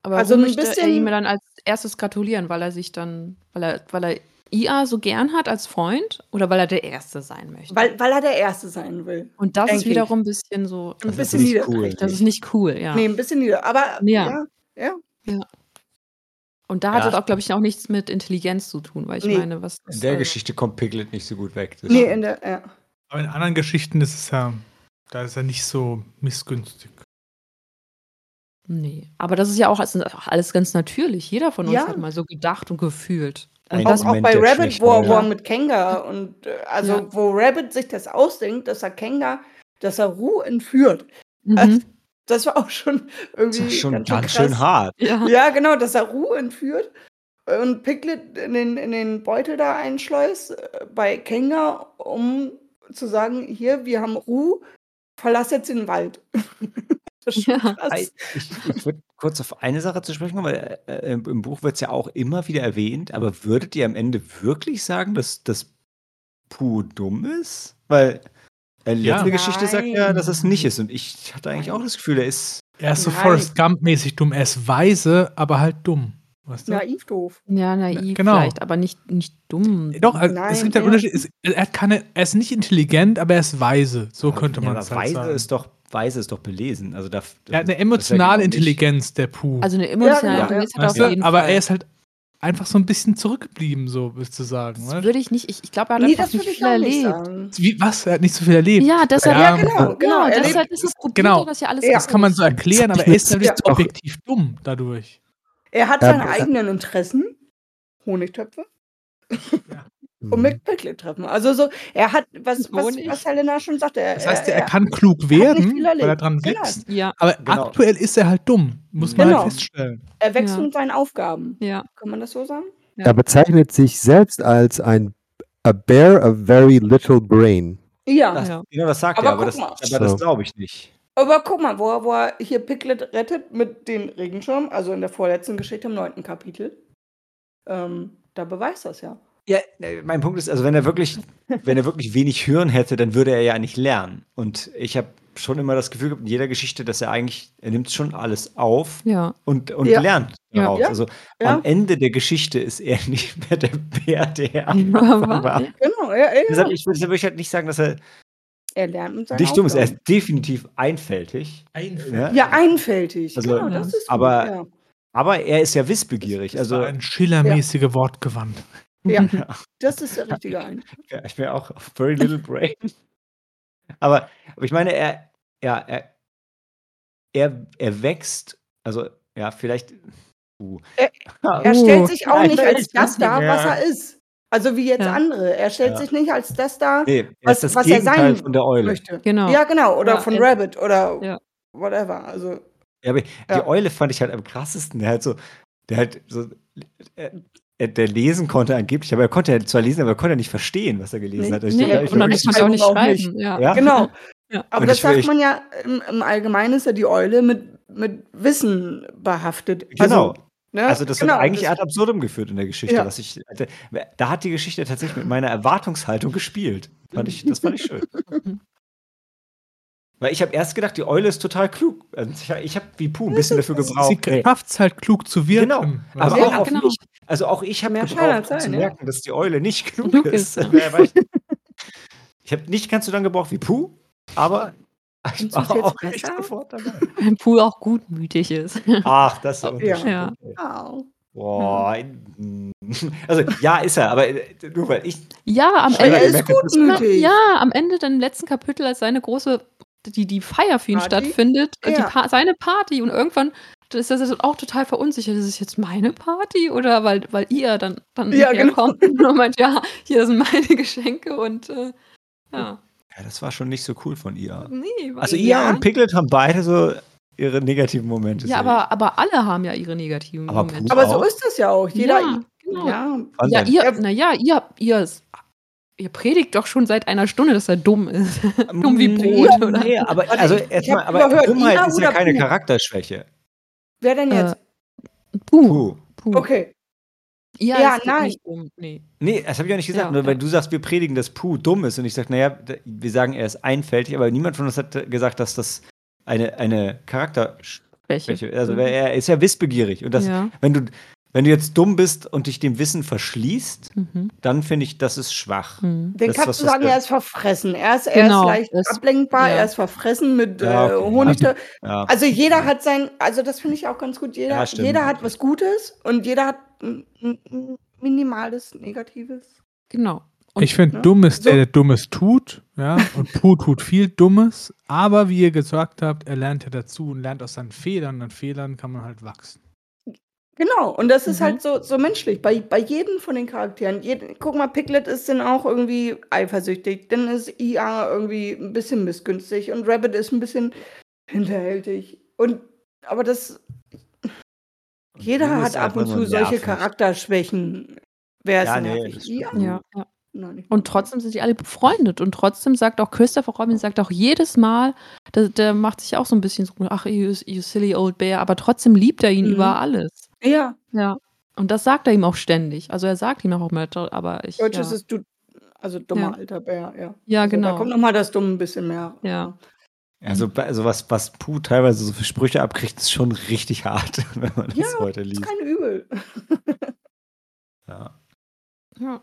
S2: Aber
S4: Also
S2: also
S4: ein
S2: möchte er
S4: bisschen-
S2: ihm dann als erstes gratulieren, weil er sich dann, weil er, weil er IA so gern hat als Freund oder weil er der Erste sein möchte.
S4: weil, weil er der Erste sein will.
S2: und das
S4: Denke
S2: ist wiederum ein bisschen so,
S4: Ein
S1: Also das
S4: bisschen
S1: ist
S4: nieder.
S1: cool.
S2: das ist nicht cool, ja.
S4: Nee, ein bisschen nieder. Aber
S2: Ja.
S4: ja.
S2: Und da hat
S1: Ja.
S2: es auch, glaube ich, auch nichts mit Intelligenz zu tun, weil ich
S4: Nee.
S2: meine, was.
S1: In der
S2: also-
S1: Geschichte kommt Piglet nicht so gut weg. Das
S4: Nee,
S1: stimmt.
S4: in der, ja.
S5: Aber in anderen Geschichten ist es ja, da ist er nicht so missgünstig.
S2: Nee. Aber das ist ja auch, das ist auch alles ganz natürlich. Jeder von uns
S4: Ja.
S2: hat mal so gedacht und gefühlt.
S1: Ein
S2: Und
S4: Auch,
S2: das,
S4: auch
S1: Moment
S4: bei
S1: der
S4: Rabbit,
S1: schlechten
S4: wo,
S1: Wahl.
S4: wo er mit Kenga und äh, also
S2: Ja.
S4: wo Rabbit sich das ausdenkt, dass er Kenga, dass er Ruh entführt.
S2: mhm.
S4: [LAUGHS] Das war auch schon irgendwie
S1: Das ist schon
S4: schön
S1: ganz schön
S4: krass.
S1: hart.
S2: ja.
S4: Ja, genau, dass er Ruh entführt und Piglet in den, in den Beutel da einschleust äh, bei Kenga, um zu sagen, hier, wir haben Ruh, verlass jetzt den Wald. [LAUGHS] das ist schon
S2: Ja.
S4: krass.
S1: Ich, ich würde kurz auf eine Sache zu sprechen kommen, weil äh, im im Buch wird es ja auch immer wieder erwähnt, aber würdet ihr am Ende wirklich sagen, dass das Puh dumm ist? Weil äh, letzte
S5: Ja.
S1: Geschichte sagt ja,
S4: Nein.
S1: dass es nicht ist. Und ich hatte eigentlich auch das Gefühl, er ist
S5: Er ist so
S4: Nein.
S5: Forrest Gump-mäßig dumm. Er ist weise, aber halt dumm. Weißt du?
S4: Naiv doof.
S2: ja, naiv
S5: Genau.
S2: vielleicht, aber nicht, nicht dumm.
S5: Doch, also
S4: Nein,
S5: es gibt einen
S4: er-
S5: Unterschied. Es, er, hat keine, er ist nicht intelligent, aber er ist weise. So
S1: Aber-
S5: könnte
S1: ja,
S5: man
S1: aber
S5: es halt
S1: Weise
S5: sagen.
S1: ist doch Weise ist doch belesen. Also da,
S5: er
S1: das ist
S5: hat eine
S1: ja genau
S5: emotionale
S1: nicht-
S5: Intelligenz, der Puh.
S2: Also eine emotionale
S4: genau. Ja,
S2: Intelligenz
S5: weißt
S2: hat er auf
S5: du?
S2: jeden
S5: Aber
S2: Fall.
S5: er ist halt einfach so ein bisschen zurückgeblieben, so bist du sagen.
S2: Das
S5: Weißt?
S2: würde ich nicht, ich, ich glaube, er hat
S4: Nee,
S2: einfach
S4: das würde
S2: nicht
S4: ich
S2: viel
S4: auch nicht
S2: erlebt.
S4: sagen.
S5: Wie, was? Er hat nicht so viel erlebt.
S2: Ja, deshalb,
S5: Ja,
S2: ja,
S4: genau,
S2: genau,
S4: genau,
S2: genau,
S4: erlebt.
S2: deshalb ist es probiert,
S5: Genau.
S2: dass ihr alles
S4: Ja.
S5: Das kann man so erklären, aber er ist natürlich
S4: Ja.
S5: objektiv dumm dadurch.
S4: Er hat
S3: Ja,
S4: seine
S3: aber-
S4: eigenen Interessen. Honigtöpfe und
S3: Mhm.
S4: mit Bickley treffen. Also so, er hat, was, was,
S2: Honig?
S4: was Helena schon sagte, er,
S5: Das heißt,
S4: er,
S5: er kann klug
S4: nicht
S5: werden,
S4: viel
S5: weil er
S4: erlebt.
S5: dran
S4: Genau.
S5: wächst.
S2: Ja,
S5: Aber
S1: Genau.
S5: aktuell ist er halt dumm, muss man
S4: Genau.
S5: halt feststellen.
S4: er wächst
S2: Ja.
S4: mit seinen Aufgaben.
S2: ja.
S4: Kann man das so sagen?
S2: Ja.
S3: Er bezeichnet sich selbst als ein a bear, a very little brain.
S4: Ja.
S1: Das,
S2: Ja.
S1: Genau, das sagt
S4: Aber
S1: er, aber
S4: guck
S1: das,
S4: mal.
S1: aber das
S3: So.
S1: glaube ich nicht.
S4: Aber guck mal, wo er, wo er hier Piglet rettet mit dem Regenschirm, also in der vorletzten Geschichte im neunten Kapitel. Ähm, da beweist das ja.
S1: Ja, äh, mein Punkt ist, also wenn er wirklich, wenn er wirklich wenig hören hätte, dann würde er ja nicht lernen. Und ich habe schon immer das Gefühl gehabt in jeder Geschichte, dass er eigentlich, er nimmt schon alles auf
S2: ja.
S1: und, und
S4: Ja.
S1: lernt
S2: Ja.
S1: daraus.
S4: Ja.
S1: Also
S4: Ja.
S1: am Ende der Geschichte ist er [LAUGHS] nicht mehr der Bär, der am
S2: Ja,
S1: Anfang
S2: wahr,
S1: war.
S2: Mhm. ja.
S4: Genau, ja, ja.
S1: Deshalb, ich, deshalb würde ich halt nicht sagen, dass er
S4: Er lernt mit seinen
S1: nicht dumm ist. Er
S4: Aufgaben.
S1: ist definitiv einfältig. ne? Ja.
S4: Ja, einfältig.
S1: Also,
S4: genau, das ist gut,
S1: aber-
S4: ja.
S1: Aber er ist ja wissbegierig.
S5: Also
S1: Also
S5: ein schillermäßige Wortgewand.
S1: [LAUGHS]
S4: ja, das ist der richtige ein.
S1: Ja, ich bin auch auf Very Little Brain. [LAUGHS] aber, aber ich meine, er, ja, er, er, er wächst, also ja, vielleicht. Uh.
S4: Er-
S1: Ja,
S4: Er
S2: Oh.
S4: stellt sich auch
S1: Ja, ich
S4: nicht
S1: weiß,
S4: als
S1: ich
S4: das
S1: weiß nicht
S4: dar,
S1: mehr.
S4: was er ist. Also wie jetzt
S2: Ja.
S4: andere. Er stellt
S1: Ja.
S4: sich nicht als das dar,
S1: [LAUGHS] nee, er
S4: was-
S1: ist das
S4: was er
S1: Gegenteil
S4: sein
S1: von der Eule.
S4: möchte.
S2: Genau.
S4: Ja, genau. Oder
S2: Ja,
S4: von
S2: er-
S4: Rabbit oder
S2: Ja.
S4: whatever. Also
S1: Ja, aber
S4: Ja.
S1: Die Eule fand ich halt am krassesten. Der halt so, der halt so, er, er- der lesen konnte angeblich, aber er konnte ja zwar lesen, aber er konnte ja nicht verstehen, was er gelesen
S4: Nee,
S1: hat. Also Ich
S2: Nee,
S1: glaub,
S4: Ja,
S1: ich
S2: und
S1: war
S2: dann
S1: richtig-
S2: muss man es auch nicht
S4: Schreibung auch
S2: schreiben. Ja. [LAUGHS]
S1: ja,
S4: [LAUGHS] Genau.
S2: Ja.
S4: Aber
S1: Und
S4: das
S1: ich will-
S4: sagt man ja, im, im Allgemeinen ist ja die Eule mit, mit Wissen behaftet.
S1: genau.
S4: Also, ne?
S1: Also das
S4: Genau,
S1: wird eigentlich
S4: das-
S1: ad absurdum geführt in der Geschichte,
S4: Ja.
S1: was ich da- da hat die Geschichte tatsächlich mit meiner Erwartungshaltung gespielt. Fand ich, das fand ich schön. Weil ich habe erst gedacht, die Eule ist total klug. Also Ich, ich habe wie Puh ein bisschen dafür
S5: Sie
S1: gebraucht. ey,
S5: schafft es halt klug zu wirken.
S1: Genau. Aber
S5: weißt
S1: auch
S2: Ja,
S1: auf
S2: genau.
S1: mich. Also auch ich habe
S4: Mehr
S1: gebraucht,
S4: Schein als
S1: um zu
S4: sein, ja.
S1: merken, dass die Eule nicht klug,
S2: Klug
S1: ist.
S2: ist, ja.
S1: [LAUGHS] Wer weiß. ich habe nicht ganz so lange gebraucht wie Puh, aber ich
S4: Findest
S1: war
S4: du's jetzt
S1: auch nicht
S4: besser?
S1: sofort
S4: [LAUGHS]
S1: dabei.
S2: Wenn Pooh auch gutmütig ist.
S1: Ach, das ist ja
S4: Ja.
S1: unterschiedlich.
S2: Ja.
S4: Wow.
S1: Boah. mm. Also ja, ist er, aber äh, nur weil ich
S2: Ja, am
S1: Schön,
S4: Er
S1: dass
S2: Ende.
S1: ihr
S4: ist
S1: merkt, das ist-
S4: gutmütig.
S2: Ja, am Ende dann im letzten Kapitel, als seine große, die, die Feier für ihn
S4: Party?
S2: stattfindet, äh, die
S4: Ja.
S2: pa seine Party und irgendwann ist er sich auch total verunsichert, ist es jetzt meine Party oder weil, weil ihr dann, dann
S4: Ja,
S2: hinterher
S4: genau.
S2: kommt [LAUGHS] und meint, ja, hier sind meine Geschenke und äh, ja.
S1: Ja, das war schon nicht so cool von ihr.
S2: Nee, weil-
S1: Also ihr und Piglet haben beide so ihre negativen Momente. sehe
S2: Ja, aber, aber alle haben ja ihre negativen
S1: Aber
S2: Momente.
S1: Puh
S4: Aber so
S1: auch?
S4: ist das ja auch. Jeder.
S2: Ja, genau.
S4: ja.
S1: ich. Wann
S2: Ja,
S1: denn?
S2: ihr,
S4: Ähm,
S2: naja, ihr, ihr, ihr predigt doch schon seit einer Stunde, dass er dumm ist. [LAUGHS] dumm wie
S1: Mm,
S2: Brot, oder?
S1: Nee, aber
S4: Warte,
S1: also
S4: ich- ich
S1: erstmal,
S4: hab
S1: aber
S4: überhört,
S1: Dummheit
S4: Ina
S1: ist ja
S4: oder
S1: keine
S4: Puh?
S1: Charakterschwäche.
S4: Wer denn jetzt?
S2: Puh.
S1: Puh.
S2: Puh.
S4: Okay.
S2: Ja,
S4: Ja,
S2: es geht
S4: nein.
S2: nicht um. Nee.
S1: Nee, das habe ich auch nicht gesagt.
S2: Ja,
S1: nur weil
S2: ja.
S1: du sagst, wir predigen, dass Puh dumm ist. Und ich sage, naja, d- wir sagen, er ist einfältig, aber niemand von uns hat äh, gesagt, dass das eine, eine Charakterschwäche
S2: Welche?
S1: ist. Also er ist ja wissbegierig. Und das,
S2: ja.
S1: wenn du, wenn du jetzt dumm bist und dich dem Wissen verschließt,
S2: Mhm.
S1: dann finde ich, das ist schwach.
S2: Mhm.
S1: Das
S4: Dann
S1: ist
S4: kannst
S1: was,
S4: du
S1: was
S4: sagen,
S1: wir-
S4: er ist verfressen. Er ist, er
S2: Genau,
S4: ist leicht
S2: das-
S4: ablenkbar,
S2: ja.
S4: er ist verfressen mit
S1: Ja,
S4: äh,
S1: okay.
S4: Honig.
S1: Also- Ja.
S4: Also jeder hat sein, also das finde ich auch ganz gut. Jeder,
S1: Ja, stimmt.
S4: jeder hat was Gutes und jeder hat ein, ein, ein minimales Negatives.
S2: Genau. Und-
S5: Ich finde,
S4: ne?
S5: dumm ist der,
S4: So.
S5: der Dummes tut. Ja? Und Puh tut viel Dummes. Aber wie ihr gesagt habt, er lernt ja dazu und lernt aus seinen Fehlern. An Fehlern kann man halt wachsen.
S4: Genau, und das ist
S2: Mhm.
S4: halt so, so menschlich. Bei, bei jedem von den Charakteren. Jed, guck mal, Piglet ist dann auch irgendwie eifersüchtig. Dann ist IA irgendwie ein bisschen missgünstig und Rabbit ist ein bisschen hinterhältig. Und aber das, jeder
S1: Dumm
S4: hat
S1: ist
S4: ab
S1: einfach
S4: und zu
S1: nur
S4: solche
S1: nervig.
S4: Charakterschwächen. Wer ist
S1: Ja,
S4: ja,
S1: nee,
S4: nervig?
S1: das
S4: IA?
S1: stimmt.
S2: ja, ja.
S4: Nein, nicht.
S2: Und trotzdem sind die alle befreundet. Und trotzdem sagt auch Christopher Robin, sagt auch jedes Mal, der, der macht sich auch so ein bisschen so, ach, you, you silly old bear. Aber trotzdem liebt er ihn
S4: Mhm.
S2: über alles.
S4: Ja,
S2: Ja. Und das sagt er ihm auch ständig. Also er sagt ihm auch immer, aber ich.
S4: Deutsch
S2: ja.
S4: ist es du, also dummer
S2: Ja.
S4: alter Bär, ja.
S2: Ja,
S4: also, Da
S2: genau.
S4: kommt nochmal das Dumme ein bisschen mehr.
S2: Ja.
S1: Also, bei- also was, was Puh teilweise so für Sprüche abkriegt, ist schon richtig hart, [LAUGHS] wenn man das
S4: Ja,
S1: heute
S4: Ist
S1: liest.
S4: kein Übel.
S1: Ja.
S2: ja.
S5: Mhm.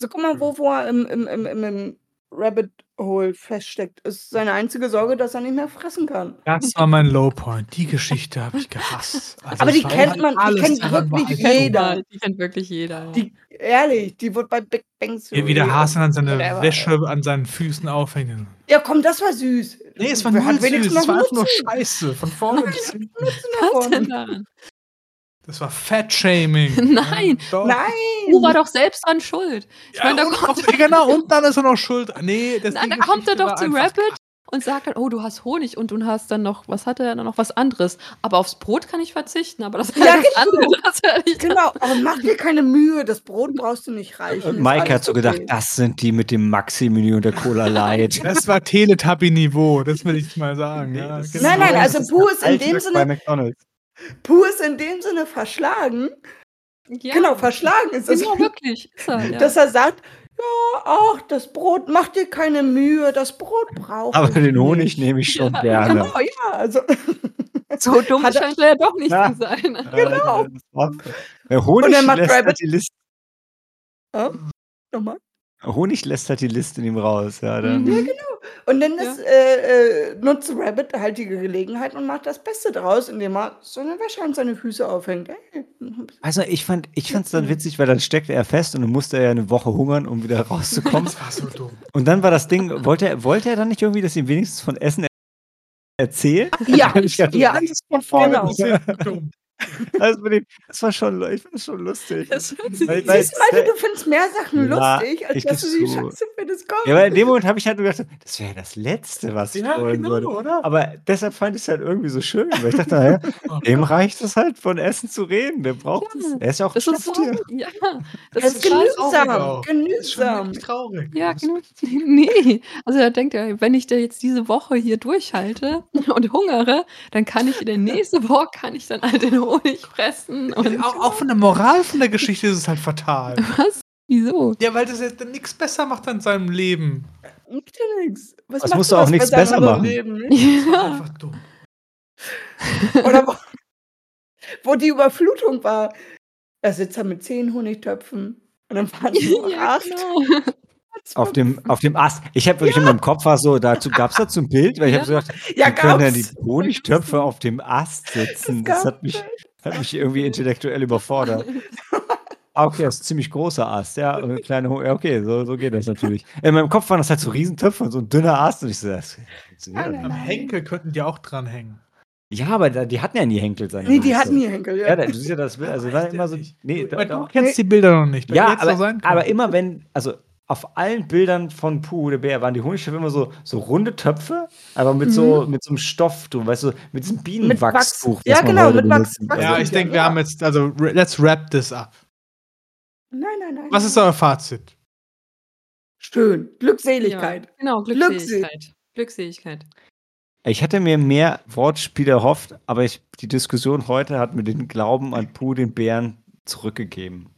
S4: So, guck mal, wo, wo er im, im, im, im, im Rabbit Hole feststeckt, ist seine einzige Sorge, dass er nicht mehr fressen kann.
S5: Das war mein Low Point. Die Geschichte habe ich gehasst. Also
S4: Aber
S5: es
S4: die
S5: war
S4: kennt man- die
S5: alles
S4: kennt
S5: daran war
S4: wirklich
S5: halt so-
S4: jeder.
S2: Die kennt wirklich jeder. [LAUGHS]
S4: Die, ehrlich, die wird bei Big Bang Theory.
S5: Hier wieder Hasen an seine
S4: Whatever.
S5: Wäsche an seinen Füßen aufhängen.
S4: Ja, komm, das war süß.
S5: Nee, es war
S4: Wer
S5: nur
S4: hat wenigstens
S5: süß. Es
S4: noch
S5: war einfach nur
S4: Nutzen?
S5: Scheiße. Von vorne bis hinten.
S2: Was denn
S4: davon.
S2: daran?
S5: Das war Fat-Shaming.
S2: Nein,
S5: Ja,
S4: [LAUGHS]
S5: doch.
S4: Nein!
S2: Du war doch selbst dran schuld. Ich
S5: Ja,
S2: meine, da
S5: und
S2: kommt-
S5: doch- genau, und dann ist er noch schuld. Nee, das
S2: Nein,
S5: die
S2: da kommt er
S5: Geschichte
S2: doch
S5: war
S2: zu
S5: einfach-
S2: Rapid und sagt dann, oh, du hast Honig und du hast dann noch, was hat er dann noch, was anderes. Aber aufs Brot kann ich verzichten, aber das, halt
S4: Ja,
S2: das andere, das hätte ich
S4: Genau, aber mach dir keine Mühe, das Brot brauchst du nicht reichen.
S1: Und
S4: ist
S1: Mike
S4: alles
S1: hat so gedacht,
S4: okay.
S1: das sind die mit dem Maxi-Menü und der Cola [LAUGHS] Light.
S5: Das war Teletubby-Niveau, das will ich mal sagen. ja,
S1: das ist
S5: genau.
S4: Nein, nein,
S1: so-
S4: also
S1: das
S4: Puh
S1: ein
S4: ist in dem
S1: Alltag
S4: Sinne-
S1: Bei McDonalds.
S4: Puh ist in dem Sinne verschlagen.
S2: Ja,
S4: Genau, verschlagen ist es.
S2: Genau, wirklich. Ist er, ja.
S4: Dass er sagt, ja, auch das Brot, mach dir keine Mühe, das Brot braucht.
S1: [LAUGHS] Aber den Honig nehme ich schon gerne.
S4: [LAUGHS] Genau, ja, also
S2: so dumm
S4: hat er-
S2: scheint er ja doch nicht
S1: Ja.
S2: zu [LAUGHS] sein.
S1: Genau. Der Honig,
S4: Und er macht
S1: lässt halt
S4: Rabbit-
S1: die Liste,
S4: nochmal.
S1: Honig lässt halt die Liste in ihm raus. Ja, dann
S2: Mhm.
S1: [LAUGHS]
S4: Und dann
S2: Ja.
S4: ist, äh, äh, nutzt Rabbit halt die Gelegenheit und macht das Beste draus, indem er so eine Wäsche an seine Füße aufhängt. Ey,
S1: Also ich fand es dann witzig, weil dann steckte er fest und dann musste er ja eine Woche hungern, um wieder
S4: [LAUGHS]
S1: rauszukommen.
S5: Das war so dumm.
S1: und dann war das Ding, wollte er, wollte er dann nicht irgendwie, dass ihm wenigstens von Essen er- erzählt?
S4: Ja,
S1: [LAUGHS] Ich hatte
S4: ja,
S1: alles von vorne.
S4: genau.
S1: bis hinten. Also mit dem, das war schon, lu- ich fand das schon lustig.
S2: Das hört sich-
S1: Weil- weil-
S4: Siehst du, Malte, du findest mehr Sachen
S1: Ja,
S4: lustig, als
S1: ich
S4: dass du die
S1: gib's zu.
S4: Scheiße findest. Komm.
S1: ja, aber in dem Moment habe ich halt nur gedacht, das wäre das Letzte, was ich
S5: Ja,
S1: wollen
S5: genau,
S1: würde.
S5: oder?
S1: Aber deshalb fand ich es halt irgendwie so schön, weil ich dachte, naja,
S5: [LAUGHS]
S1: dem reicht es halt, von Essen zu reden. Der braucht es.
S2: Ja.
S1: Er ist ja auch
S2: Das ist so,
S1: Geschäftstier.
S2: ja, das,
S4: das
S2: ist
S4: ist
S2: total
S4: genügsam,
S5: auch.
S4: genügsam.
S5: traurig.
S2: Ja, genau. [LAUGHS] Nee, also da denkt er, wenn ich da jetzt diese Woche hier durchhalte [LAUGHS] und hungere, dann kann ich in der nächsten Woche kann ich dann all den Honig fressen
S4: [LAUGHS]
S2: und
S5: Auch, auch von der Moral von der Geschichte ist es halt fatal.
S2: wieso?
S5: Ja, weil das jetzt nichts besser macht an seinem Leben.
S4: Macht ja nix.
S1: Das
S4: macht
S1: musst
S4: denn
S1: du auch
S4: das
S1: nichts
S4: bei seinem
S1: besser machen.
S4: Leben, ne?
S2: Ja,
S5: Einfach dumm.
S4: Oder wo, [LAUGHS] wo die Überflutung war. Da sitzt er mit zehn Honigtöpfen und dann waren
S2: [LAUGHS]
S4: es nur
S2: ja
S4: acht.
S2: genau.
S1: Auf dem, auf dem Ast. Ich habe wirklich in meinem Kopf war so, dazu gab es dazu ein Bild, weil ich habe so gedacht,
S4: Ja,
S1: Wie können denn die
S4: gab's.
S1: Honigtöpfe auf dem Ast sitzen? Das,
S4: Das
S1: hat, mich, hat mich irgendwie intellektuell überfordert. Ah, Okay, das ist ein ziemlich großer Ast, ja. und eine Kleine Ho- ja, okay, so, so geht das natürlich. In meinem Kopf waren das halt so Riesentöpfe und so ein dünner Ast. Und ich so, das funktioniert doch
S4: Nein,
S1: nicht.
S5: Am Henkel könnten die auch dranhängen.
S1: Ja, aber da, die hatten ja nie Henkel sein.
S4: Nee, die hatten nie Henkel.
S1: also. Ja,
S4: Ja.
S1: da, du siehst ja das Bild. Also, war
S5: Weiß der
S1: immer so.
S5: nicht.
S1: Nee, da,
S5: Aber du
S1: doch.
S5: kennst die Bilder noch nicht.
S1: Ja,
S5: hätt's doch
S1: aber,
S5: sein können.
S1: aber immer wenn, also auf allen Bildern von Puh, der Bär, waren die Honigtöpfe immer so, so runde Töpfe, aber mit, so, mit so einem Stoff drum, weißt du, mit diesem Bienenwachstuch.
S4: Mhm. Wachs. Ja,
S1: das man
S4: genau,
S1: heute
S4: mit Wachs-
S1: benutzt.
S4: Wachs-
S5: ja, ich denke, wir haben jetzt, also re- let's wrap this up.
S4: Nein, nein, nein.
S5: Was ist euer Fazit?
S4: Schön. Glückseligkeit.
S2: Genau, Glückseligkeit. Glückseligkeit.
S1: Ich hatte mir mehr Wortspiele erhofft, aber ich, die Diskussion heute hat mir den Glauben an Puh, den Bären, zurückgegeben.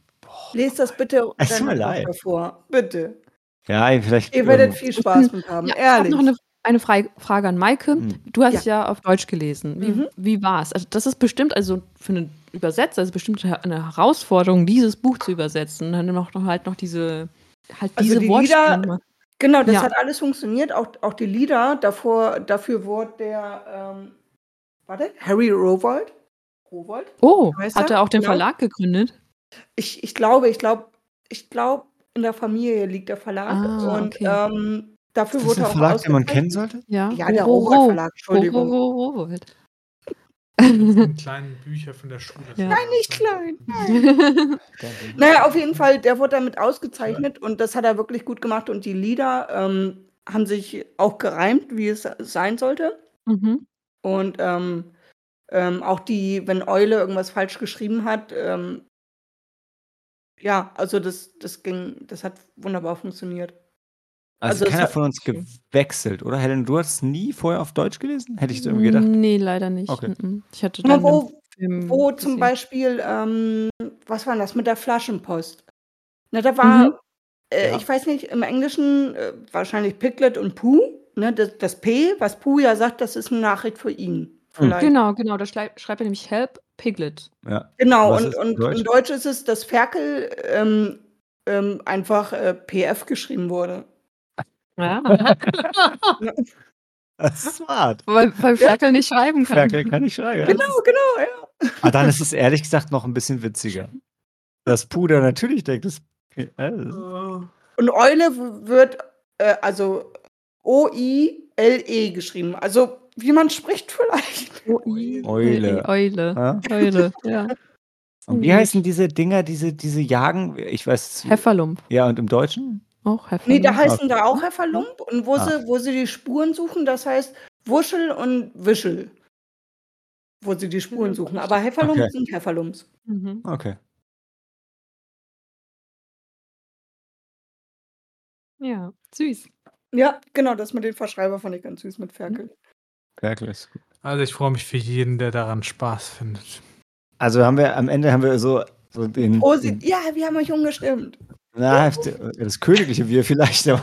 S4: Lest das bitte
S1: Es tut
S4: deiner
S1: mir leid.
S4: Tochter vor. Bitte.
S1: Ja, ey, vielleicht. ähm,
S4: Ihr werdet
S1: irgendwo.
S4: viel Spaß mit haben.
S2: Ja, ich habe
S4: Ehrlich.
S2: noch eine, eine Frei- Frage an Maike.
S1: Hm.
S2: Du hast ja. auf Deutsch gelesen. Wie,
S4: Mhm.
S2: wie war es? Also das ist bestimmt, also für einen Übersetzer ist bestimmt eine Herausforderung, dieses Buch zu übersetzen. Und dann noch, noch halt noch diese, halt
S4: Also
S2: diese
S4: die
S2: Wortspiele.
S4: Lieder- Genau, das
S2: Ja.
S4: hat alles funktioniert. Auch, auch die Lieder. Davor, dafür wurde der, ähm, warte, Harry Rowold. Rowold?
S2: oh,
S4: Weißt
S2: hat
S4: du?
S2: er auch den
S4: Genau.
S2: Verlag gegründet?
S4: Ich, ich glaube, ich glaube, ich glaube, in der Familie liegt der Verlag.
S2: Ah,
S4: und
S2: okay.
S4: ähm, dafür
S1: Ist das
S4: wurde
S1: ein
S4: auch
S1: Verlag, den man
S4: ausgezeichnet.
S1: kennen sollte?
S2: Ja,
S4: Ja, der
S2: Ro-
S4: Rowold
S2: Ro-
S4: Verlag, Entschuldigung.
S2: Ro- Ro- Rowold.
S5: Die kleinen Bücher von der Schule.
S2: Ja.
S5: Nein,
S4: Nicht klein. Naja, auf jeden Fall, der wurde damit ausgezeichnet und das hat er wirklich gut gemacht und die Lieder ähm, haben sich auch gereimt, wie es sein sollte.
S2: Mhm.
S4: Und ähm, ähm, auch die, wenn Eule irgendwas falsch geschrieben hat, ähm, ja, also das, das ging, das hat wunderbar funktioniert.
S1: Also,
S4: Also es
S1: keiner
S4: hat-
S1: von uns gewechselt, oder? Helen, du hast nie vorher auf Deutsch gelesen? Hätte ich so irgendwie
S4: Mm.
S1: gedacht.
S2: Nee, leider nicht.
S1: Okay.
S2: Mhm. Ich hatte
S4: Na,
S2: dann
S4: wo-
S2: den
S1: Hm,
S2: Film
S4: Wo zum
S2: gesehen.
S4: Beispiel, ähm, was war das mit der Flaschenpost? Na, da war,
S2: Mhm.
S4: äh,
S1: Ja.
S4: ich weiß nicht, im Englischen äh, wahrscheinlich Piglet und Pooh. Ne, das, das P, was Pooh ja sagt, das ist eine Nachricht für
S1: Hm.
S4: ihn. Vielleicht.
S2: Genau, genau. Da schrei- schreibt er nämlich Help Piglet.
S1: Ja.
S4: Genau,
S1: Was
S4: und,
S1: ist
S4: und
S1: Deutsch?
S4: in Deutsch ist es, dass Ferkel ähm, ähm, einfach äh, PF geschrieben wurde. [LAUGHS]
S2: Ja,
S1: Das ist [LAUGHS] smart.
S2: weil, weil Ferkel nicht schreiben kann.
S1: Ferkel kann ich schreiben.
S4: Genau, genau, ja.
S1: Aber Ah, dann ist es ehrlich gesagt noch ein bisschen witziger. Das Puder natürlich denkt, das. äh, das-
S4: Und Eule w- wird äh, also O-I-L-E geschrieben. Also wie man spricht [LAUGHS] vielleicht.
S1: Eule. [LAUGHS]
S2: Eule.
S1: Ja?
S2: Eule, ja.
S1: ah, Und wie heißen diese Dinger, diese, diese Jagen? Ich weiß.
S2: Hefferlump.
S1: Ja, und im Deutschen?
S2: Auch Hefferlump.
S4: Nee, da heißen da auch Hefferlump. Und wo,
S1: Ah.
S4: sie, wo sie die Spuren suchen, das heißt Wuschel und Wischel. Wo sie die Spuren suchen. Aber Hefferlump
S1: Okay.
S4: sind Hefferlumps.
S2: Mhm.
S1: Okay.
S2: Ja,
S4: [LAUGHS]
S2: süß.
S4: Ja, genau, das mit den Verschreiber fand ich ganz süß mit Ferkel.
S1: Ferkel ist gut.
S5: Also ich freue mich für jeden, der daran Spaß findet.
S1: Also haben wir am Ende haben wir so, so den,
S4: Oh, sie,
S1: den
S4: ja, wir haben euch umgestimmt.
S1: na, äh, das königliche Wir vielleicht. Aber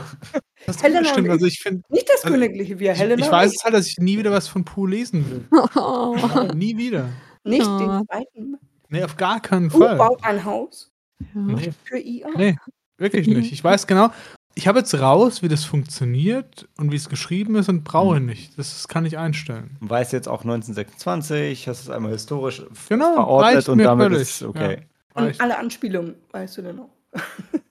S5: Das
S4: Helena und
S5: stimmt,
S4: ich-
S5: also ich finde,
S4: Nicht das
S5: Also,
S4: königliche Wir,
S5: ich,
S4: Helena.
S5: ich weiß halt, dass ich nie wieder was von Pooh lesen will.
S2: Oh.
S5: nie wieder.
S4: Nicht
S2: Oh.
S4: den zweiten.
S5: Nee, auf gar keinen
S4: Du
S5: Fall.
S4: baut ein Haus
S2: Ja.
S5: Nee,
S4: für ihr.
S5: nee, wirklich nicht. Ich weiß genau, ich habe jetzt raus, wie das funktioniert und wie es geschrieben ist und brauche
S1: Mhm.
S5: nicht. Das kann ich einstellen.
S1: man weiß jetzt auch 1926, hast es einmal historisch f-
S5: Genau,
S1: verordnet
S5: reicht
S1: und
S5: mir
S1: damit
S5: völlig,
S1: ist okay.
S4: Und
S5: Reicht.
S4: alle Anspielungen, weißt du denn noch?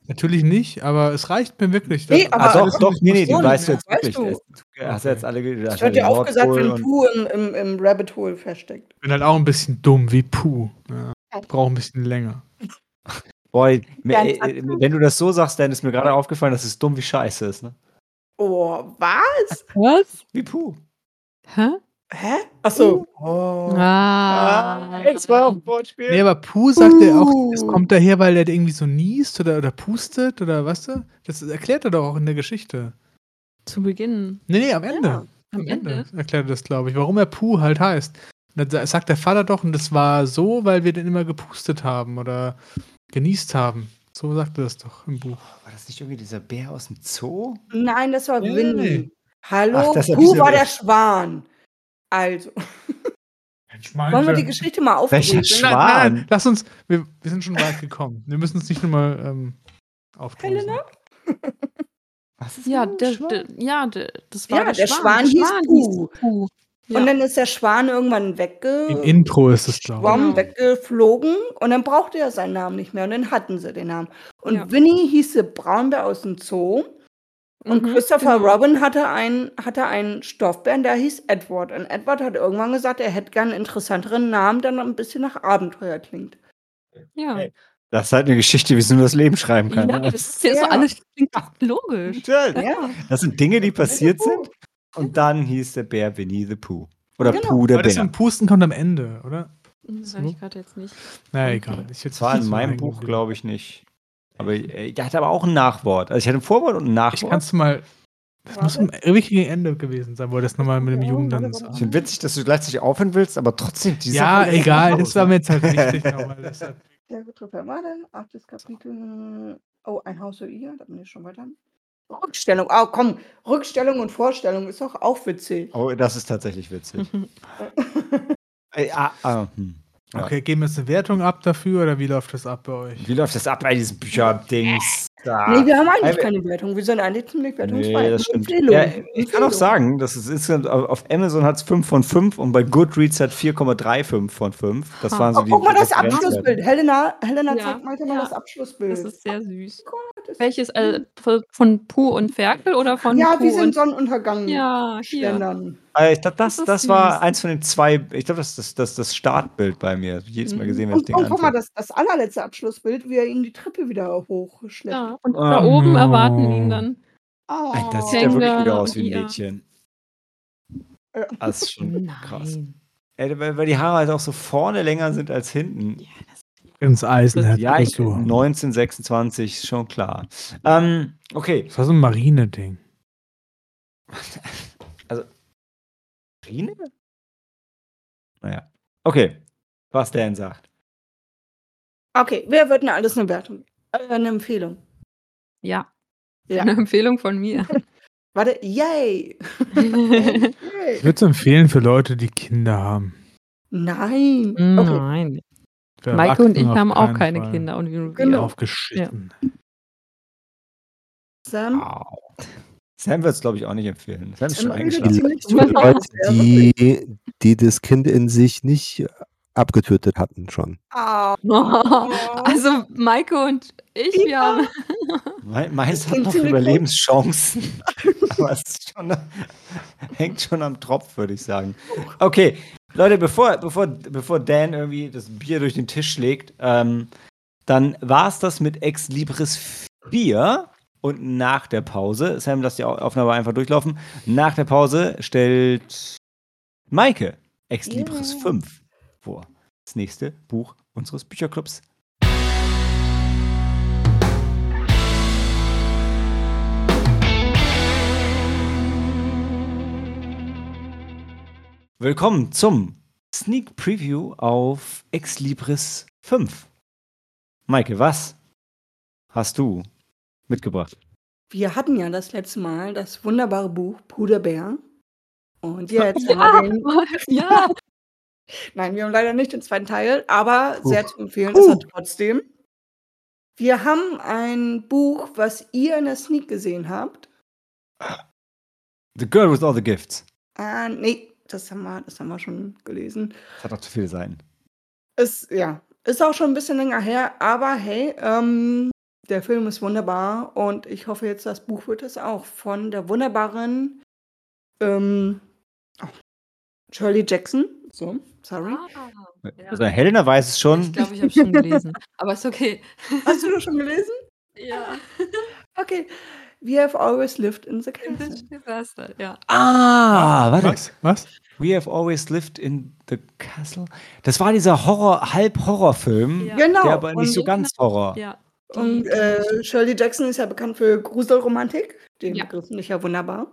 S5: Natürlich nicht, aber es reicht mir wirklich.
S4: Nee,
S5: Da-
S4: aber-
S1: Ah,
S4: alles
S1: doch, doch, nee, nee,
S4: so,
S1: die weißt du
S4: ja,
S1: jetzt wirklich.
S4: weißt du.
S1: Erst- Hast du jetzt alle ge-
S4: Das
S1: hast
S4: wird
S1: den
S4: ja auch gesagt,
S1: Nordpol
S4: wenn
S1: und-
S4: Pooh im, im, im Rabbit Hole versteckt.
S5: Ich bin halt auch ein bisschen dumm wie Puh. Ja. Brauche ein bisschen länger.
S1: Boah, mir-
S4: Dann-
S1: äh, äh, wenn du das so sagst, dann ist mir gerade aufgefallen, dass es dumm wie scheiße ist, ne?
S4: Oh, was?
S2: Was?
S1: Wie Puh.
S2: Hä?
S4: Hä? Achso.
S1: Oh.
S2: Ah.
S1: Wortspiel.
S5: Nee, aber Puh sagt er auch,
S4: Uh.
S5: es
S2: Puh.
S5: kommt daher, weil er irgendwie so niest oder, oder pustet oder was weißt du? Das erklärt er doch auch in der Geschichte.
S2: Zu Beginn.
S5: Nee, nee, am Ende. am
S2: am
S5: Ende,
S2: Ende.
S5: halt
S1: War das nicht irgendwie dieser Bär aus dem Zoo?
S4: Nein, das war
S5: Nee.
S4: Winnie. Hallo,
S1: Ach, das hab ich
S4: Pooh
S1: ja
S4: war
S1: wieder-
S4: der Schwan. Also,
S5: Ich
S4: wollen wir die Geschichte mal aufdröseln?
S1: Welcher Schwan?
S5: Nein, nein, nein, lass uns, wir, wir sind schon weit gekommen. Wir müssen uns nicht nochmal ähm, aufdröseln.
S4: Helena?
S1: Was ist
S2: Ja,
S1: mit dem
S2: der,
S1: Schwan?
S2: der, ja der, das war
S4: Ja, der Schwan hieß Puh.
S2: Puh. Ja.
S4: Und dann ist der Schwan irgendwann wegge
S5: Im Intro ist es, glaube
S4: Schwamm
S2: Genau.
S4: weggeflogen und dann brauchte er seinen Namen nicht mehr und dann hatten sie den Namen. Und
S2: Ja.
S4: Winnie hieße Braunbär aus dem Zoo und
S2: Mhm,
S4: Christopher
S2: genau.
S4: Robin hatte einen, hatte einen Stoffbären, der hieß Edward. Und Edward hat irgendwann gesagt, er hätte gern einen interessanteren Namen, der noch ein bisschen nach Abenteuer klingt.
S2: Ja.
S1: Ey, Das ist halt eine Geschichte, wie du nur das Leben schreiben
S2: ja,
S1: kann.
S2: das
S1: ne?
S2: ist ja so
S4: Ja.
S2: alles klingt doch logisch.
S1: Total.
S4: Ja,
S1: Das sind Dinge, die passiert sind. Und dann hieß der Bär Winnie the Pooh. Oder
S4: Genau.
S1: Pooh der
S5: Aber das
S1: Bär.
S5: mit Pusten kommt am Ende, oder?
S2: Hm, Das
S5: So.
S2: weiß ich gerade jetzt nicht.
S5: Na,
S2: Hm.
S5: egal. Ich
S1: Das war in meinem Buch, glaube ich, nicht. Aber äh, der hatte aber auch ein Nachwort. Also ich hatte ein Vorwort und ein
S5: ich. Ich
S1: Nachwort.
S5: kannst du mal. Das muss am richtigen Ende gewesen sein, wo er das nochmal mit dem Jungen dann
S1: Ich finde witzig, dass du gleichzeitig aufhören willst, aber trotzdem diese.
S5: Ja, egal, das war
S1: mir.
S5: mir jetzt
S1: [LAUGHS]
S5: halt wichtig. nochmal, deshalb.
S4: der Betriffer war dann, achtes Kapitel. Oh, ein Haus für ihr, da bin ich schon weiter. Rückstellung, oh komm, Rückstellung und Vorstellung ist doch auch witzig.
S1: Oh, das ist tatsächlich
S2: [LAUGHS]
S1: witzig. Ey, ah, ah, hm. Ja.
S5: Okay, geben wir jetzt eine Wertung ab dafür oder wie läuft das ab bei euch?
S1: Wie läuft das ab bei diesem Bücherdings? Da.
S4: Nee, wir haben
S1: Weil
S4: eigentlich
S1: Ah, wir-
S4: keine Wertung. Wir sind eigentlich ziemlich wertungsfrei.
S1: Nee, das stimmt.
S4: Empfehlung.
S1: Ja, ich kann auch
S4: Empfehlung.
S1: sagen, das ist insgesamt auf auf Amazon hat es 5 von 5 und bei Goodreads hat 4,35 von 5. Das waren so also
S4: Oh,
S1: die. ne?
S4: guck mal das
S1: Referenzwerte.
S4: Abschlussbild. Helena, Helena
S2: Ja,
S4: zeigt mal, mal
S2: ja.
S4: das Abschlussbild.
S2: Das ist sehr süß.
S4: Oh Das ist-
S2: Welches äh, von- von Puh und Ferkel oder von
S4: ja,
S2: Puh
S4: wie sind
S2: und
S4: Sonnenuntergang.
S2: Ja, hier.
S4: Ständern.
S1: Ah, Ich glaube, das,
S2: Das ist
S1: das war
S2: süß.
S1: eins von den zwei. Ich glaube, das ist das, das, das Startbild bei mir. Jedes Mal
S2: Mhm.
S1: gesehen, wenn ich
S4: Und,
S1: den
S4: und guck mal,
S1: anfange.
S4: das, das allerletzte Abschlussbild, wie er ihn die Treppe wieder hochschleppt.
S2: Ja, und
S1: Oh.
S2: da oben erwarten ihn dann.
S4: Oh.
S1: Ey, Das sieht ja wirklich
S2: Ständer
S1: wieder aus
S2: und
S1: wie
S2: die,
S1: ein
S2: ja.
S1: Mädchen.
S4: Ja.
S1: Das ist schon krass. Ey, weil, weil die Haare halt auch so vorne länger sind als hinten.
S5: Ins Eisenherz.
S1: Ja, ich,
S5: so.
S1: 1926, schon klar. Ähm, okay.
S5: Das war so ein Marine-Ding.
S1: Rine? Naja. Okay. Was Dan sagt.
S4: Okay, wer wird denn alles eine Wertung? Äh, Eine Empfehlung.
S2: Ja,
S4: Ja.
S2: eine Empfehlung
S4: [LAUGHS]
S2: von mir.
S4: Warte, yay!
S2: Mm,
S5: Ich würde es empfehlen für Leute, die Kinder haben.
S4: Nein.
S2: Mm.
S4: Okay.
S2: Nein.
S5: Für
S2: Maike und ich
S5: Erwachsene auf
S2: haben auch
S5: keinen
S2: keine
S5: Fall.
S2: Kinder. Und wir,
S5: Die
S4: Genau.
S5: Aufgeschissen.
S4: Sam,
S1: Au. Sam wird es, glaube ich, auch nicht empfehlen. Sam Ah, ist
S4: Hm? Sam
S1: schon
S4: redet
S1: eingeschlafen.
S4: [LAUGHS] ziemlich viel.
S3: Die
S2: Leute,
S3: die, die das Kind in sich nicht abgetötet hatten schon.
S4: Ah,
S2: [LAUGHS] also Maike und ich, wir
S4: Ja.
S2: haben
S1: Me- Meins
S4: Das
S1: hat
S4: klingt
S1: noch
S4: ziemlich gut.
S1: Überlebenschancen. [LAUGHS] Aber es ist schon, [LAUGHS] hängt schon am Tropf, würde ich sagen. Okay, Leute, bevor, bevor, bevor Dan irgendwie das Bier durch den Tisch schlägt, ähm, dann war es das mit Ex Libris 4. Und nach der Pause, Sam, lass die Au- Aufnahme einfach durchlaufen. Nach der Pause stellt Maike Ex Libris
S4: Yeah.
S1: 5 vor. Das nächste Buch unseres Bücherclubs. Willkommen zum Sneak Preview auf Ex Libris 5. Maike, was hast du mitgebracht?
S4: wir hatten ja das letzte Mal das wunderbare Buch Bruderbär. Und jetzt haben wir den.
S2: [LAUGHS] ja,
S4: Nein, wir haben leider nicht den zweiten Teil, aber
S1: Puh.
S4: sehr zu empfehlen
S1: Puh.
S4: ist er trotzdem. Wir haben ein Buch, was ihr in der Sneak gesehen habt.
S1: The Girl with All the Gifts.
S4: Ah, nee, das haben wir, das haben wir schon gelesen.
S1: Das hat doch zu viel sein.
S4: Ist, ja, ist auch schon ein bisschen länger her, aber hey, ähm, der Film ist wunderbar und ich hoffe jetzt, das Buch wird es auch von der wunderbaren ähm, oh, Shirley Jackson. So, sorry.
S2: Ah.
S1: Also Helena weiß es schon.
S2: ich glaube, ich habe schon gelesen. Aber ist okay.
S4: Hast du das schon gelesen?
S2: [LAUGHS] Ja,
S4: Okay. We have always lived in the
S2: in
S4: castle.
S2: this disaster, ja.
S1: ah, warte.
S5: Was? Was?
S1: We have always lived in the castle. Das war dieser Horror, Halb-Horrorfilm,
S2: Ja.
S4: Genau.
S1: der aber nicht so
S2: Und-
S1: ganz Horror.
S2: ja. Die-
S4: Und äh, Shirley Jackson ist ja bekannt für Gruselromantik. Den
S2: Ja.
S4: Begriff finde ich ja wunderbar.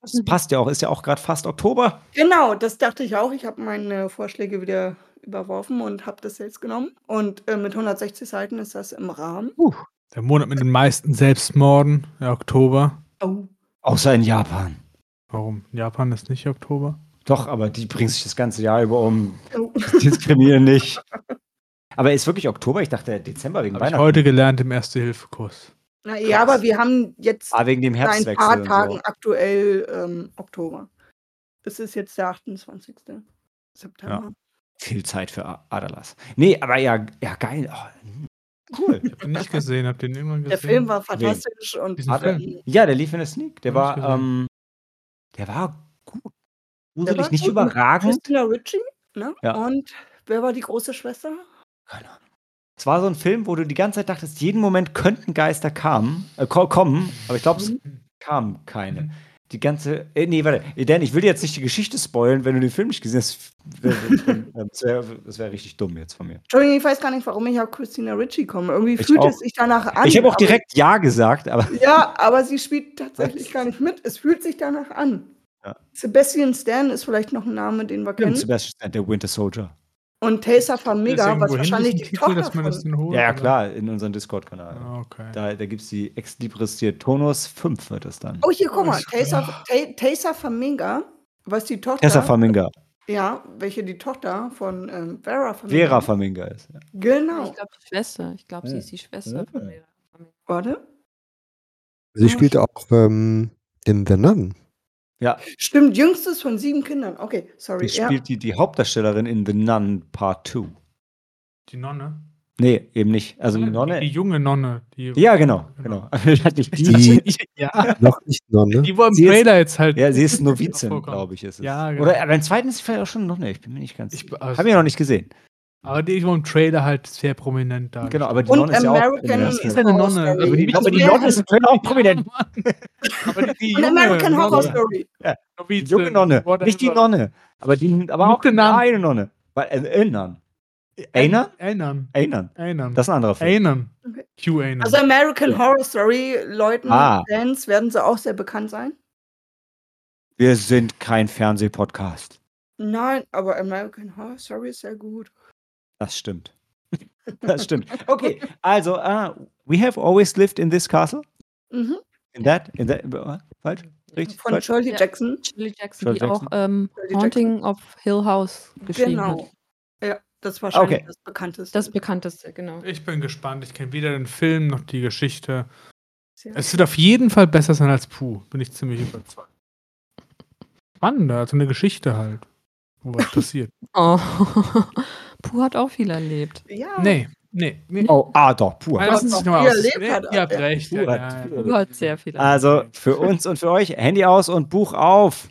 S1: Das passt ja auch, ist ja auch gerade fast Oktober.
S4: genau, das dachte ich auch. Ich habe meine Vorschläge wieder überworfen und habe das jetzt genommen. Und äh, mit 160 Seiten ist das im Rahmen.
S5: Der Monat mit den meisten Selbstmorden, der Oktober.
S4: Oh.
S1: Außer in Japan.
S5: Warum? Japan ist nicht Oktober.
S1: Doch, aber die bringt sich das ganze Jahr über um.
S4: oh. [LAUGHS]
S1: Diskriminieren nicht. Aber ist wirklich Oktober? Ich dachte Dezember wegen
S5: Habe ich
S1: Weihnachten.
S5: heute gelernt im Erste-Hilfe-Kurs.
S4: Na ja, aber wir haben jetzt
S1: ah, wegen dem
S4: seit ein
S1: Herbstwechsel.
S4: paar
S1: und
S4: Tagen
S1: so.
S4: aktuell ähm, Oktober. Es ist jetzt der 28. September.
S1: Viel Zeit für A- Adalas. Nee, aber ja, ja geil. Oh, hm, cool.
S5: Ich hab ihn nicht gesehen, hab den immer gesehen.
S4: Der Film war fantastisch und
S5: Diesen Film.
S4: ähm,
S1: Ja, der lief in der Sneak. Der war,
S5: Hab ich
S1: ähm, der war gut.
S4: Der
S1: Gruselig,
S4: war
S1: nicht
S4: gut.
S1: überragend.
S4: Christina Ritchie. Ne?
S1: Ja.
S4: Und wer war die große Schwester?
S1: Keine Ahnung. Es war so ein Film, wo du die ganze Zeit dachtest, jeden Moment könnten Geister kamen, äh, ko- kommen, aber ich glaube, es
S4: Mhm.
S1: kamen keine.
S5: Mhm.
S1: Die ganze. Äh, nee, warte. Äh, Dan, ich will dir jetzt nicht die Geschichte spoilen, wenn du den Film nicht gesehen hast. Das wäre das wär richtig dumm jetzt von mir.
S4: Entschuldigung, ich weiß gar nicht, warum ich auf Christina Ritchie komme. Irgendwie
S1: Ich
S4: fühlt
S1: auch.
S4: es sich danach an.
S1: ich habe auch
S4: aber-
S1: direkt Ja gesagt, aber.
S4: Ja, aber sie spielt tatsächlich gar nicht mit. Es fühlt sich danach an.
S1: Ja.
S4: Sebastian Stan ist vielleicht noch ein Name, den wir kennen.
S1: [LAUGHS] Sebastian Stan, der Winter Soldier.
S4: Und Tessa Farmiga, was
S5: irgendwo
S4: wahrscheinlich die
S5: hinten
S4: Tochter
S5: dass man das
S4: von...
S5: denn holt,
S1: Ja, ja,
S5: oder?
S1: klar, in unserem Discord-Kanal.
S5: Oh, Ah, okay.
S1: Da, da gibt es die Ex Libris hier. Tonus 5 wird es dann.
S4: Oh, hier, guck mal.
S5: Ich-
S4: Tessa, Te- Tessa Farmiga, was die Tochter...
S1: Tessa Faminga.
S4: ja, welche die Tochter von ähm, Vera Farmiga...
S1: Vera Faminga ist. ja.
S2: Ich
S4: Genau.
S2: glaube, die Schwester. Ich glaube,
S1: Ja.
S2: sie ist die Schwester von
S1: Ja.
S2: mir.
S4: Warte.
S3: Sie spielte auch ähm, in
S4: [LAUGHS]
S3: The Nun.
S4: Stimmt, jüngstes von sieben Kindern. Okay, sorry.
S1: Die spielt die, die Hauptdarstellerin in The Nun Part 2.
S5: Die Nonne?
S1: Nee, eben nicht. Also die
S5: Ah, Die
S1: Nonne.
S5: junge Nonne. [LAUGHS] Die,
S1: Ja, genau.
S5: Genau.
S1: genau. Hatte ich die.
S3: Die-
S5: ja.
S3: Noch nicht ne? Nonne.
S5: die war im
S1: Sie ist-
S5: Trailer jetzt halt.
S1: Ja, sie ist Novizin,
S5: Vorkommen.
S1: glaube ich, ist es.
S5: Ja, genau.
S1: Oder aber im zweiten ist sie vielleicht auch schon noch nicht. Ich bin mir nicht ganz
S5: Ich-
S1: sicher.
S5: also-
S1: Haben wir noch nicht gesehen.
S5: Aber die war im Trailer halt sehr prominent da.
S1: Genau, aber die
S4: Und ähm,
S1: Nonne ist ja auch.
S4: American-
S1: prominent.
S5: Was ist denn eine Nonne?
S4: Aber
S1: Ich glaube, die Nonne ist im Trailer
S5: [LAUGHS]
S1: auch prominent.
S5: aber die, die
S4: Und
S5: junge,
S4: American Horror Story.
S1: Die junge Nonne. Nicht die Nonne. Aber, die, aber
S5: Mit
S1: auch die
S5: den Namen.
S1: eine Nonne. Weil, äh, Erinnern. Erinnern?
S5: Erinnern.
S1: Erinnern.
S5: Erinnern.
S1: Das ist ein anderer Film.
S5: Erinnern.
S4: Okay.
S5: Q-Erinnern.
S4: Also American Horror Story, Leuten,
S1: Hm. Ah.
S4: Fans werden sie auch sehr bekannt sein.
S1: Wir sind kein Fernsehpodcast.
S4: Nein, aber American Horror Story ist sehr gut.
S1: Das stimmt. [LAUGHS] Das stimmt. Okay, also, ah, we have always lived in this castle.
S4: Mhm.
S1: In that, in that, äh, falsch? Richtig?
S4: Von
S1: falsch?
S4: Shirley
S2: Ja.
S4: Jackson.
S2: Shirley Jackson,
S1: Shirley
S2: die auch ähm,
S4: Shirley
S2: Haunting of Hill House geschrieben
S4: Genau.
S2: hat.
S4: Ja, das ist wahrscheinlich
S1: Okay.
S4: das bekannteste.
S2: Das bekannteste, genau.
S5: ich bin gespannt. Ich kenne weder den Film noch die Geschichte.
S4: Sehr
S5: Es wird auf jeden Fall besser sein als Puh, bin ich ziemlich überzeugt. Mann, da hat so eine Geschichte halt, wo was passiert.
S2: Oh. [LAUGHS] Puh hat auch viel erlebt.
S4: Ja.
S5: Nee, nee, nee.
S1: Oh, ah, doch, pur.
S5: Lassen Sie sich
S4: noch
S5: noch
S4: viel
S5: aus.
S4: erlebt
S5: Nee,
S4: hat,
S5: Ihr habt
S4: ja.
S5: recht. Ja,
S1: Puh
S5: ja,
S1: hat-
S5: ja. [LAUGHS]
S2: Puh hat sehr viel erlebt.
S1: Also für uns und für euch, Handy aus und Buch auf.